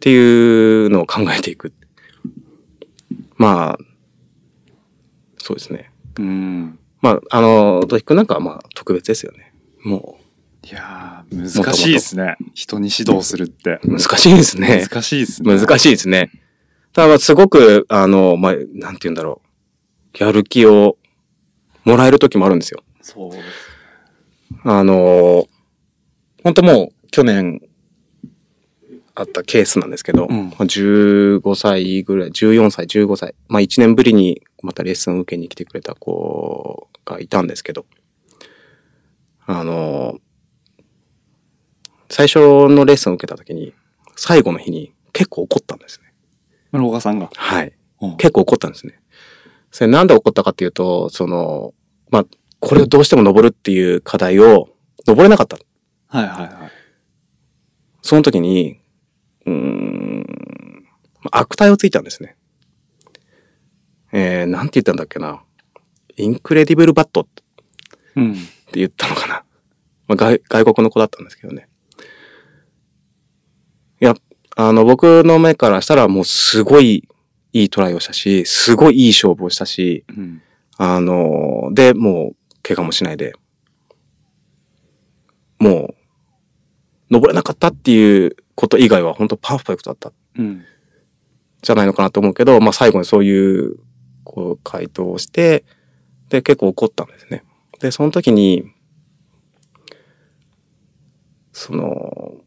ていうのを考えていく。まあ、そうですね。うん。まあ、あの、ドヒ君なんかはまあ、特別ですよね。もいやー、難しいですね。人に指導するって。う、難しいですね。難しいですね。難しいですね。ただまあ、すごく、あの、まあ、なんて言うんだろう。やる気をもらえる時もあるんですよ。そうです。あの、本当もう、去年、あったケースなんですけど、うんまあ15歳ぐらい、14歳、15歳、まあ1年ぶりにまたレッスンを受けに来てくれた子がいたんですけど、あの、最初のレッスンを受けた時に、最後の日に結構怒ったんですね。村岡さんが。はい。うん結構怒ったんですね。それなんで怒ったかっていうと、その、まあ、これをどうしても登るっていう課題を登れなかった。はいはいはい。その時に、うーん、まあ悪態をついたんですね。えー、なんて言ったんだっけな。インクレディブルバットってうん。言ったのかな。まあ、外外国の子だったんですけどね。いや、あの、僕の目からしたらもうすごいいいトライをしたし、すごいいい勝負をしたし、うん。あの、で、もう、怪我もしないで、もう、登れなかったっていうこと以外は本当パーフェクトだったんうん。じゃないのかなと思うけど、まあ最後にそういう、こう、回答をして、で、結構怒ったんですね。で、その時に、その、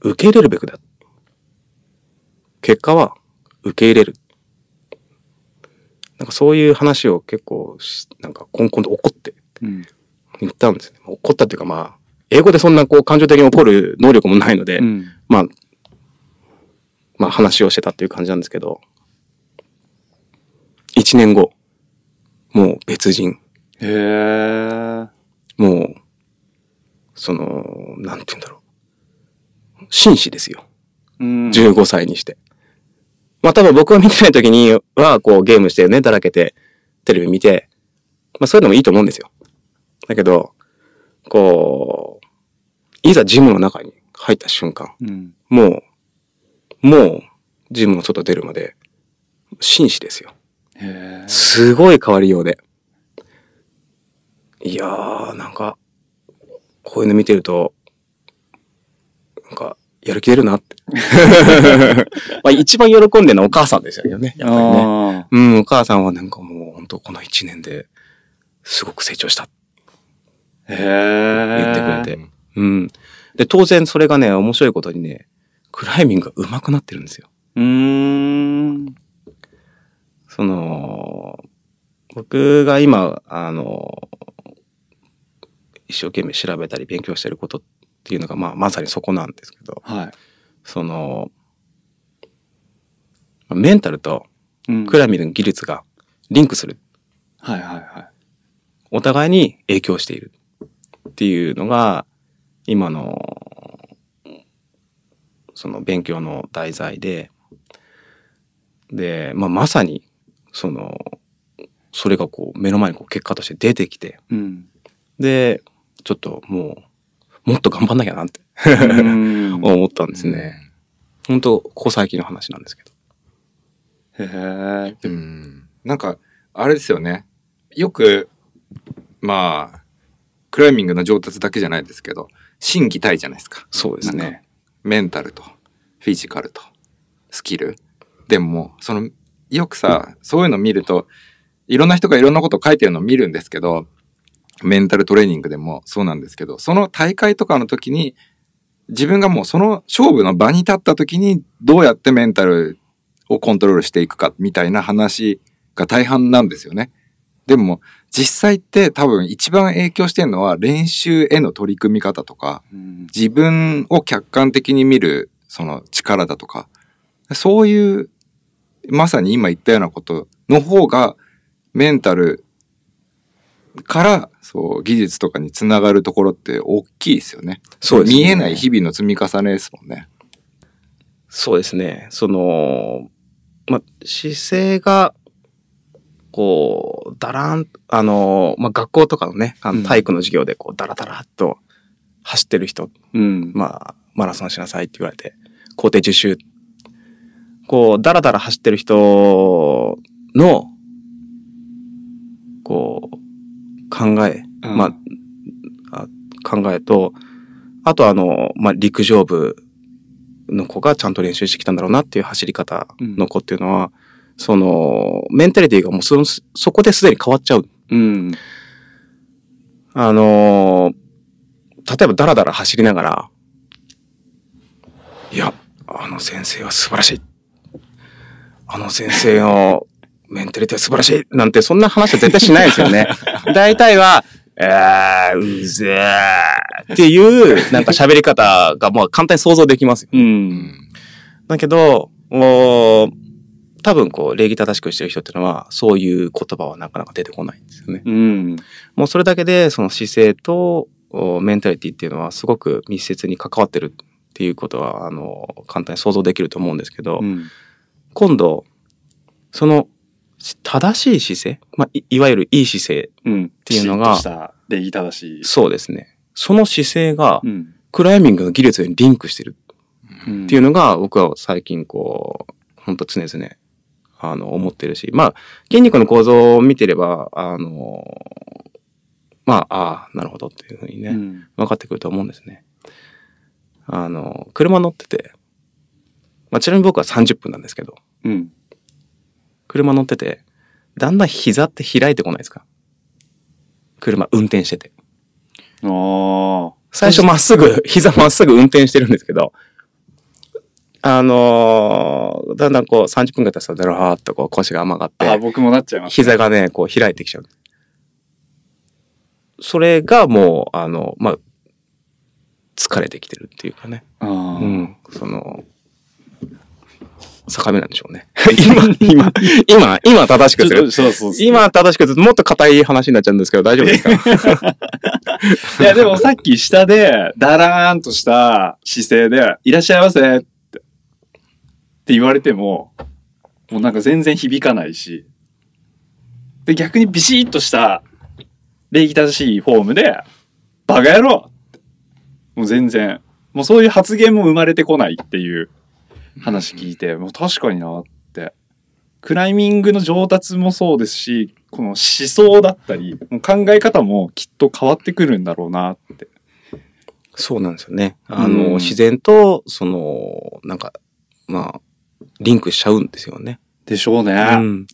受け入れるべきだ。結果は受け入れる。なんかそういう話を結構し、なんかコンコンと怒ってうん。言ったんですね。怒ったっていうかまあ、英語でそんなこう感情的に怒る能力もないので、うん。まあ、まあ話をしてたっていう感じなんですけど、一年後、もう別人、へー。もう、その、なんて言うんだろう。紳士ですよ。うん。 15歳にして。まあ多分僕が見てない時には、こうゲームしてね、だらけて、テレビ見て、まあそういうのもいいと思うんですよ。だけど、こう、いざジムの中に入った瞬間、うん。もう、もう、ジムの外出るまで、紳士ですよ。へー。すごい変わりようで。いやー、なんか、こういうの見てると、なんか、やる気出るなって。まあ一番喜んでるのはお母さんでしたけどね。やっぱりね。あうん、お母さんはなんかもう本当この一年ですごく成長したってーへー。言ってくれて。うん。で、当然それがね、面白いことにね、クライミングが上手くなってるんですよ。うーん。その、僕が今、あの、一生懸命調べたり勉強してることっていうのが、まあ、まさにそこなんですけど、はその、まあメンタルとい。うんクライミングの技術がリンクする。はいはいはお互いに影響しているっていうのが、今の、その勉強の題材で、で、まあ、まさに、その、それがこう、目の前にこう結果として出てきて、い。うん。で、ちょっともう、もっと頑張んなきゃなってうん 思ったんですね。本当ここ最近の話なんですけど。へえ。うん。なんか、あれですよね。よく、まあ、クライミングの上達だけじゃないですけど、心技体じゃないですか。そうですね。メンタルと、フィジカルと、スキル。でも、その、よくさ、そういうの見ると、いろんな人がいろんなことを書いてるのを見るんですけど、メンタルトレーニングでもそうなんですけど、その大会とかの時に、自分がもうその勝負の場に立った時に、どうやってメンタルをコントロールしていくか、みたいな話が大半なんですよね。でも、実際って多分一番影響してるのは練習への取り組み方とか、うん自分を客観的に見るその力だとか、そういう、まさに今言ったようなことの方が、メンタルから、そう、技術とかにつながるところって大きいですよね。そうですね見えない日々の積み重ねですもんね。そうですね。その、ま、姿勢が、こう、だらん、あの、ま、学校とかのね、あうんの体育の授業で、こう、だらだらっと走ってる人、うん。まあ、マラソンしなさいって言われて、校庭受習。こう、だらだら走ってる人の、こう、考え、うんまあ、あ考えと、あとあの、まあ、陸上部の子がちゃんと練習してきたんだろうなっていう走り方の子っていうのは、その、メンタリティがもうそのそこですでに変わっちゃう。うん。あのー例えばダラダラ走りながら、いや、あの先生は素晴らしい。あの先生のメンタリティは素晴らしい。なんて、そんな話は絶対しないですよ ね。大体は、えー、うぜーっていう、なんか喋り方がもう簡単に想像できますよ。うん。だけど、おー多分こう、礼儀正しくしてる人っていうのは、そういう言葉はなかなか出てこないんですよね。うん。もうそれだけで、その姿勢とおメンタリティっていうのはすごく密接に関わってるっていうことは、あの、簡単に想像できると思うんですけど、うん。今度、その、し正しい姿勢、まあい、いわゆるいい姿勢、うん。っていうのがした礼儀正しい。そうですね。その姿勢が、うん。クライミングの技術にリンクしてるっっていうの。のが、僕は最近こう、本当常々、あの、思ってるし、まあ、筋肉の構造を見てれば、あの、まあ、ああ、なるほどっていうふうにね、うん。分かってくると思うんですね。あの、車乗ってて、まあ、ちなみに僕は30分なんですけど、うん。車乗ってて、だんだん膝って開いてこないですか車運転してて。あ最初まっすぐ、膝まっすぐ運転してるんですけど、あのーだんだんこう30分が経つとだらーっとこう腰が甘がっあ。あ、て、僕もなっちゃいます。膝がね、こう開いてきちゃう。それがもう、あの、まあ、疲れてきてるっていうかね。ああう。ん、その、境目なんでしょ うね。今、今、 今、今正しくすちょっると。そうそうそう。今正しくする。もっと硬い話になっちゃうんですけど、大丈 夫ですかいや、でもさっき下で、だらーんとした姿勢で、いらっしゃいませって、って言われても、もうなんか全然響かないし、で、逆にビシッとした、礼儀正しいフォームで、バカ野郎ってもう全然、もうそういう発言も生まれてこないっていう話聞いて、もう確かになって。クライミングの上達もそうですし、この思想だったり、もう考え方もきっと変わってくるんだろうなって。そうなんですよね。あうんの、自然と、その、なんか、まあ、リンクしちゃうんですよね。でしょうね。うん。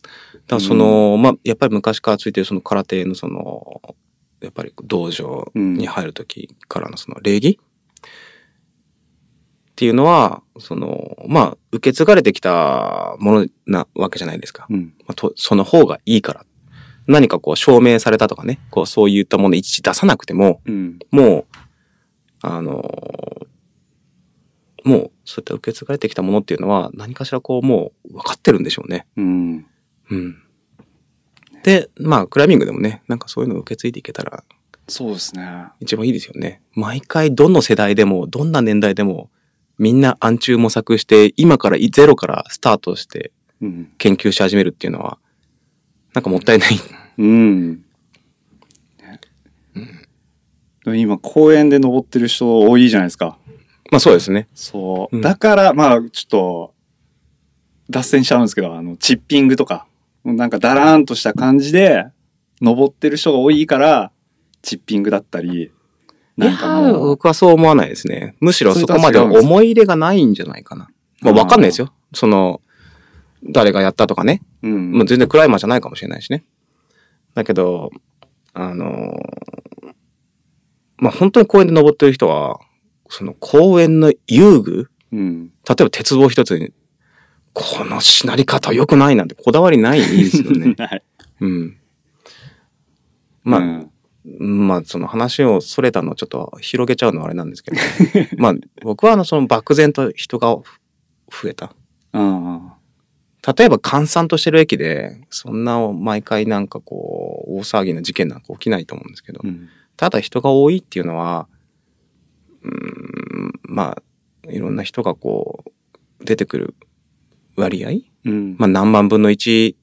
だからその、まあ、やっぱり昔からついてるその空手のその、やっぱり道場に入る時からのその礼儀、っていうのは、その、まあ、受け継がれてきたものなわけじゃないですか。うんまあとその方がいいから。何かこう証明されたとかね、こうそういったもの一致出さなくても、うんもう、あのーもうそういった受け継がれてきたものっていうのは何かしらこうもう分かってるんでしょうね。うんうん。で、まあクライミングでもね、なんかそういうのを受け継いでいけたらそうですね一番いいですよね。毎回どの世代でも、どんな年代でも、みんな暗中模索して、今からいゼロからスタートしてうん研究し始めるっていうのは、なんかもったい ない。うん、でも今公園で登ってる人多いじゃないですかまあそうですね。そう、うんだからまあちょっと脱線しちゃうんですけどあのチッピングとかなんかだらーんとした感じで登ってる人が多いからチッピングだったりなんかいやもーう僕はそう思わないですね。むしろそこまでは思い入れがないんじゃないかな。まあわかんないですよ。その、誰がやったとかね。うんもう全然クライマーじゃないかもしれないしね。だけど、あのーまあ本当に公園で登ってる人は、その公園の遊具うん。例えば鉄棒一つに、このしなり方良くないなんてこだわりないですよね はいうん。まあ、うんまあ、その話をそれたのをちょっと広げちゃうのはあれなんですけど、 まあ、僕はあの、その漠然と人が増えた。うん例えば、閑散としてる駅で、そんな毎回なんかこう、大騒ぎな事件なんか起きないと思うんですけどう、んただ人が多いっていうのは、うーん、まあ、いろんな人がこう、出てくる割合うんまあ、何万分の1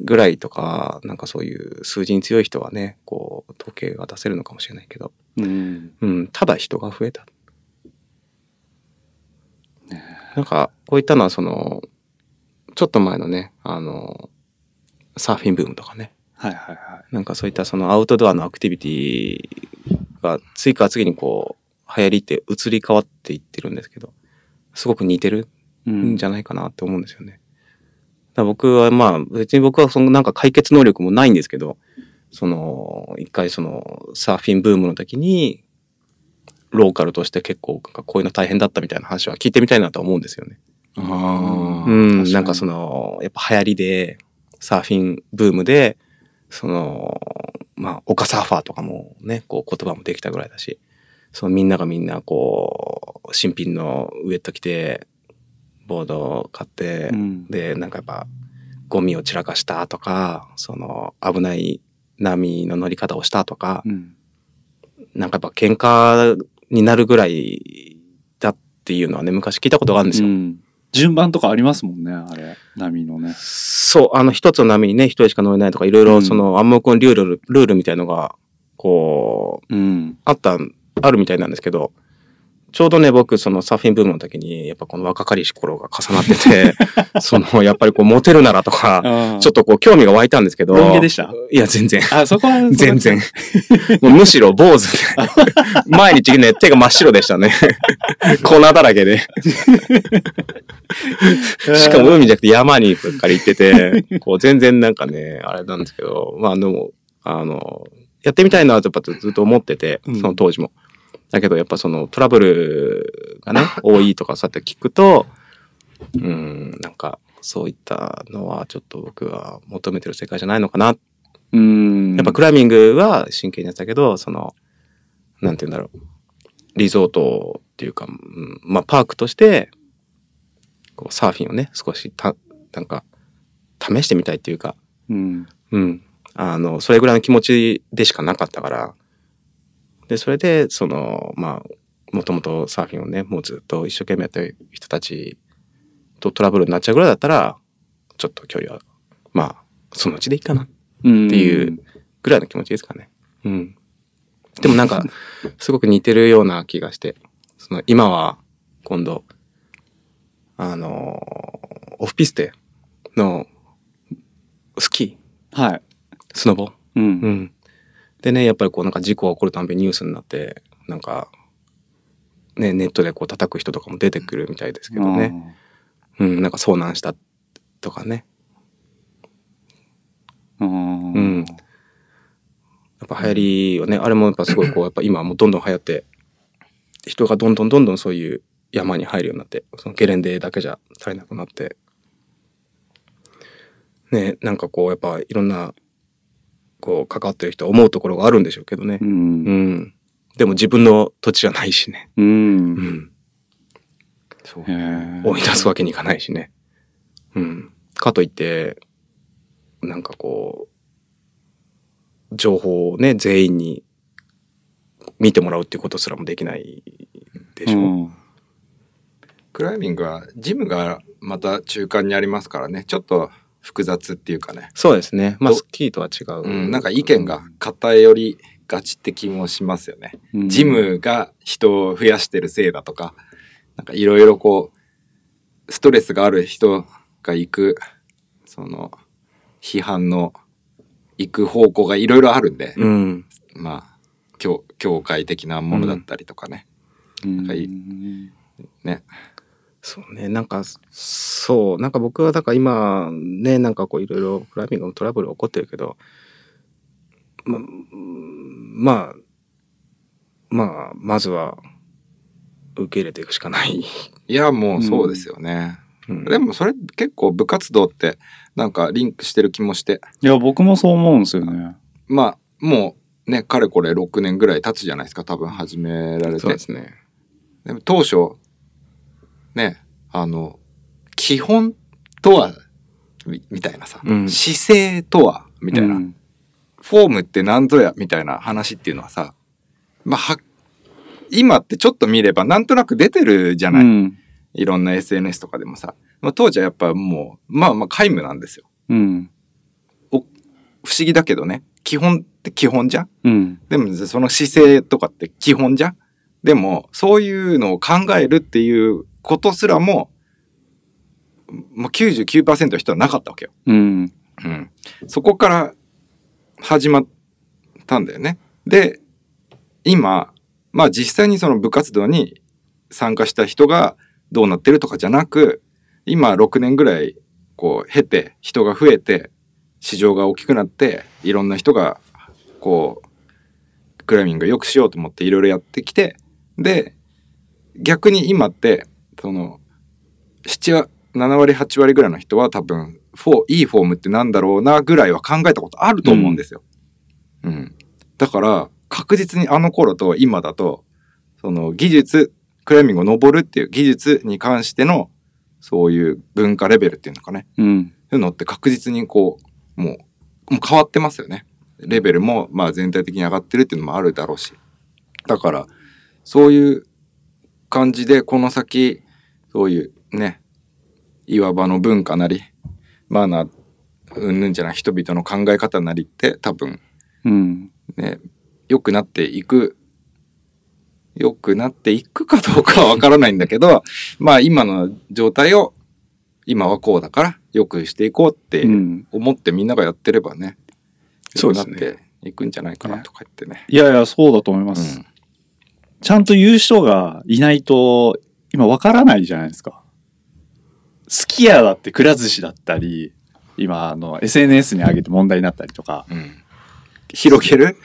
ぐらいとか、なんかそういう数字に強い人はね、こう、時計が出せるのかもしれないけど、うんうん、ただ人が増えた。なんか、こういったのはその、ちょっと前のね、あの、サーフィンブームとかね、はいはいはなんかそういったそのアウトドアのアクティビティが次から次にこう、流行りって移り変わっていってるんですけど、すごく似てるいうんじゃないかなって思うんですよね。だから僕はまあ別に僕はそのなんか解決能力もないんですけど、その一回そのサーフィンブームの時にローカルとして結構なんかこういうの大変だったみたいな話は聞いてみたいなと思うんですよね。あうあ。確かん、になんかそのやっぱ流行りでサーフィンブームでそのまあ丘サーファーとかもねこう言葉もできたぐらいだしそのみんながみんなこう新品のウエット着てボードを買って、うんでなんかやっぱゴミを散らかしたとかその危ない波の乗り方をしたとか、うんなんかやっぱ喧嘩になるぐらいだっていうのはね昔聞いたことがあるんですよ。うん順番とかありますもんねあれ波のねそう、あの、一つの波にね、一人しか乗れないとか、いろいうろ、んその、暗黙のルール、ルールみたいのが、こう、うんあった、あるみたいなんですけど、ちょうどね、僕、そのサーフィンブームの時に、やっぱこの若かりし頃が重なって て、その、やっぱりこう、モテるならとか、ちょっとこう、興味が湧いたんですけど、ロン毛でしたいや、全然。あそこは全然。もうむしろ坊主で。 毎日ね、手が真っ白でしたね。粉だらけで。しかも海じゃなくて山にばっかり行ってて、こう全然なんかね、あれなんですけど、まあでも、あの、やってみたいなとやっぱずっと思ってて、その当時も。だけどやっぱそのトラブルがね、多いとかそうやって聞くと、うん、なんかそういったのはちょっと僕は求めてる世界じゃないのかなうんやっぱクライミングは真剣にやってたけど、その、なんて言うんだろう。リゾートっていうか、うんまあパークとして、こうサーフィンをね、少した、なんか、試してみたいっていうか、うんうん。あの、それぐらいの気持ちでしかなかったから。で、それで、その、まあ、もともとサーフィンをね、もうずっと一生懸命やってる人たちとトラブルになっちゃうぐらいだったら、ちょっと距離は、まあ、そのうちでいいかなってっていうぐらいの気持ちですかね。うん。でもなん か、すごく似てるような気がして、その今は今度、あのー、オフピステのスキはい。ー、スノボ。うんう。ん。でね、やっぱりこうなんか事故が起こるたんびにニュースになって、なんか、ね、ネットでこう叩く人とかも出てくるみたいですけどね。うん、なんか遭難したとかね。うん。うん。やっぱか流行りをね、あれもやっぱすごいこう、やっぱ今はもうどんどん流行って、人がどんどんどんどんそういう山に入るようになって、そのゲレンデだけじゃ足りなくなって、ね、なんかこう、やっぱいろんな、こう、関わってる人は思うところがあるんでしょうけどねう。。うんん。でも自分の土地じゃないしね。うんう。ん。そうへー追い出すわけにいかないしね。うん。かといって、なんかこう、情報をね、全員に見てもらうっていうことすらもできないでしょ。うんクライミングはジムがまた中間にありますからねちょっと複雑っていうかね、そうですね。まあ、どスキーとは違う。うん、なんか意見が偏りがちって気もしますよね、うんジムが人を増やしてるせいだとかなんかいろいろこうストレスがある人が行くその批判の行く方向がいろいろあるんで、うん。まあ教教会的なものだったりとかね、うんはいねそうね。なんか、そう。なんか僕は、だから今、ね、なんかこういろいろクライミングのトラブル起こってるけど、ま、うんまあ、まあ、まずは、受け入れていくしかない。いやもうそうですよね、うんでもそれ結構部活動ってなんかリンクしてる気もしていや、僕もそう思うんですよね。まあもうねかれこれ6年ぐらい経つじゃないですか多分始められてそうですね。でも当初ねあの基本とはみみたいなさ、うん姿勢とはみたいな、うんフォームって何ぞやみたいな話っていうのはさまあは今ってちょっと見ればなんとなく出てるじゃない、うん。いろんな SNS とかでもさ、まあ、当時はやっぱもうまあまあ皆無なんですようん。不思議だけどね基本って基本じゃんうん。でもその姿勢とかって基本じゃんでもそういうのを考えるっていうことすらも、まあ、99%の人はなかったわけよ、うん。うん。そこから始まったんだよね。で今まあ実際にその部活動に参加した人がどうなってるとかじゃなく今6年ぐらいこう経て人が増えて市場が大きくなっていろんな人がこうクライミングを良くしようと思っていろいろやってきてで逆に今ってその7割7割8割ぐらいの人は多分フォーいいフォームってなんだろうなぐらいは考えたことあると思うんですよ。うん、だから確実にあの頃と今だとその技術クライミングを登るっていう技術に関してのそういう文化レベルっていうのかねうん。そういうのって確実にこうもうもう変わってますよね。レベルもまあ全体的に上がってるっていうのもあるだろうしだからそういう感じでこの先そういうね岩場の文化なりマナーうんぬんじゃない人々の考え方なりって多分うん。ね、良くなっていく、良くなっていくかどうかはわからないんだけど、まあ今の状態を、今はこうだから、良くしていこうってうん思ってみんながやってればね、そ良うくでなっすねていくんじゃないかなとか言ってね。いやいや、そうだと思います。ちゃんと言う人がいないと、今わからないじゃないですか。すき家だってくら寿司だったり、今、あの、SNS に上げて問題になったりとか。うんうん広げる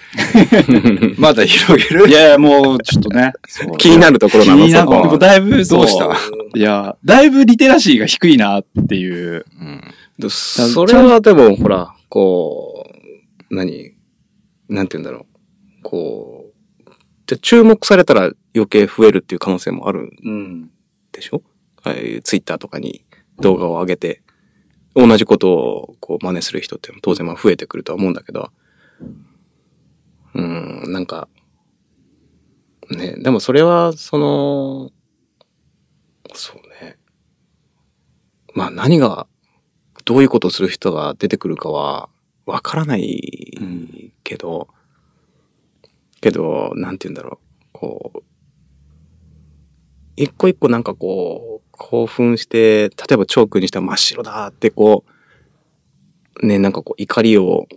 まだ広げるいやいや、もう、ちょっとね。そう気になるところ気なの、になそるこは。だいぶ、どそうしたいや、だいぶリテラシーが低いなっていう。うんでそれはでも、ほら、こう、何なんて言うんだろう。こう、じゃあ注目されたら余計増えるっていう可能性もあるうん。でしょはい、ツイッターとかに動画を上げて、同じことをこう真似する人って当然まあ増えてくるとは思うんだけど、うーん、なんか、ね、でもそれは、その、そうね。まあ何が、どういうことをする人が出てくるかは、わからないけど、けど、なんて言うんだろう。こう、一個一個なんかこう、興奮して、例えばチョークにしたら真っ白だってこう、ね、なんかこう怒りを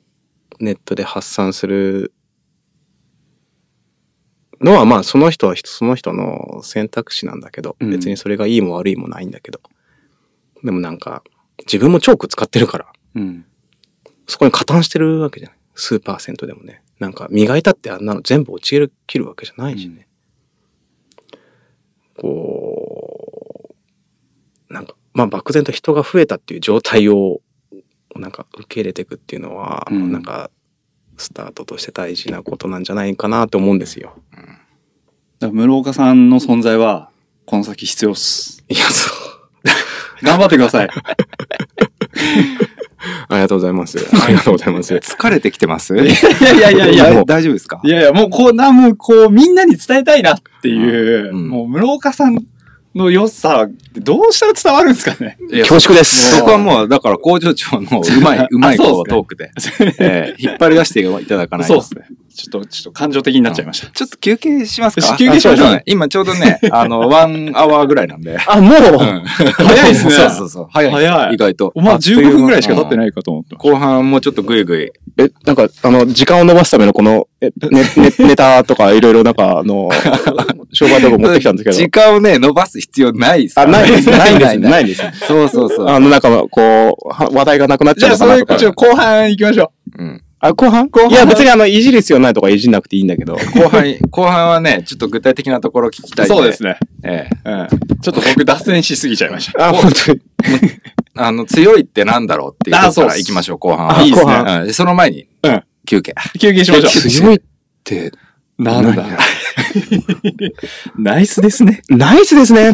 ネットで発散するのはまあその人は人その人の選択肢なんだけど、うん別にそれがいいも悪いもないんだけど。でもなんか、自分もチョーク使ってるから、うん。そこに加担してるわけじゃない。数パーセントでもね。なんか、磨いたってあんなの全部落ちる、切るわけじゃないしね。こう、なんか、まあ、漠然と人が増えたっていう状態を、なんか、受け入れていくっていうのは、うんなんか、スタートとして大事なことなんじゃないかなと思うんですよ。だから室岡さんの存在は、この先必要っす。いや、そう。頑張ってくだ さい。ありがとうございます。ありがとうございます。疲れてきてますいいやいやいやい や、もう大丈夫ですかいやいや、もうこう、な、もうこう、みんなに伝えたいなっていう、うんもう室岡さんの良さ、どうしたら伝わるんですかね。いや恐縮です。そこはもう、だから工場長のうまい、うまいそうこうですねトークで、えー引っ張り出していただかないそうとで。すね。ちょっと、ちょっと感情的になっちゃいました。ちょっと休憩しますか休憩しましょうあそうですね今ちょうどね、あの、ワンアワーぐらいなんで。あ、もう、早いですねそうそうそう。早い。早い意外と。お前15分くらいしか経ってい。ないかと思ってま後半もうちょっとぐいぐい。え、なんか、あの、時間を伸ばすためのこの、え、 ね、ね、ネタとかいろいろなんか、あの、商売道具持ってきたんですけど。時間をね、伸ばす必要ないですあ、ないです、ない です、い。ないです。そうそうそう。あの、なんか、こう、は話題がなくなっす。じちゃゃうあ、のそかれ、なちとょっか。と後半行きましょうんあ、後半後半いや、別にあの、いじる必要ないとかいじんなくていいんだけど。後半、後半はね、ちょっと具体的なところ聞きたう。い。そうで。すね。ええ。うん。ちょっと僕、脱線しすぎちゃいました。あ、本当に。あの、強いってなんだろうっていうとあこそうっからす行きましょう、後半は。あいいっすね後半うんその前にうん、休憩。休憩しましょう。強いって、なんだ。ナイスですね。ナイスですね。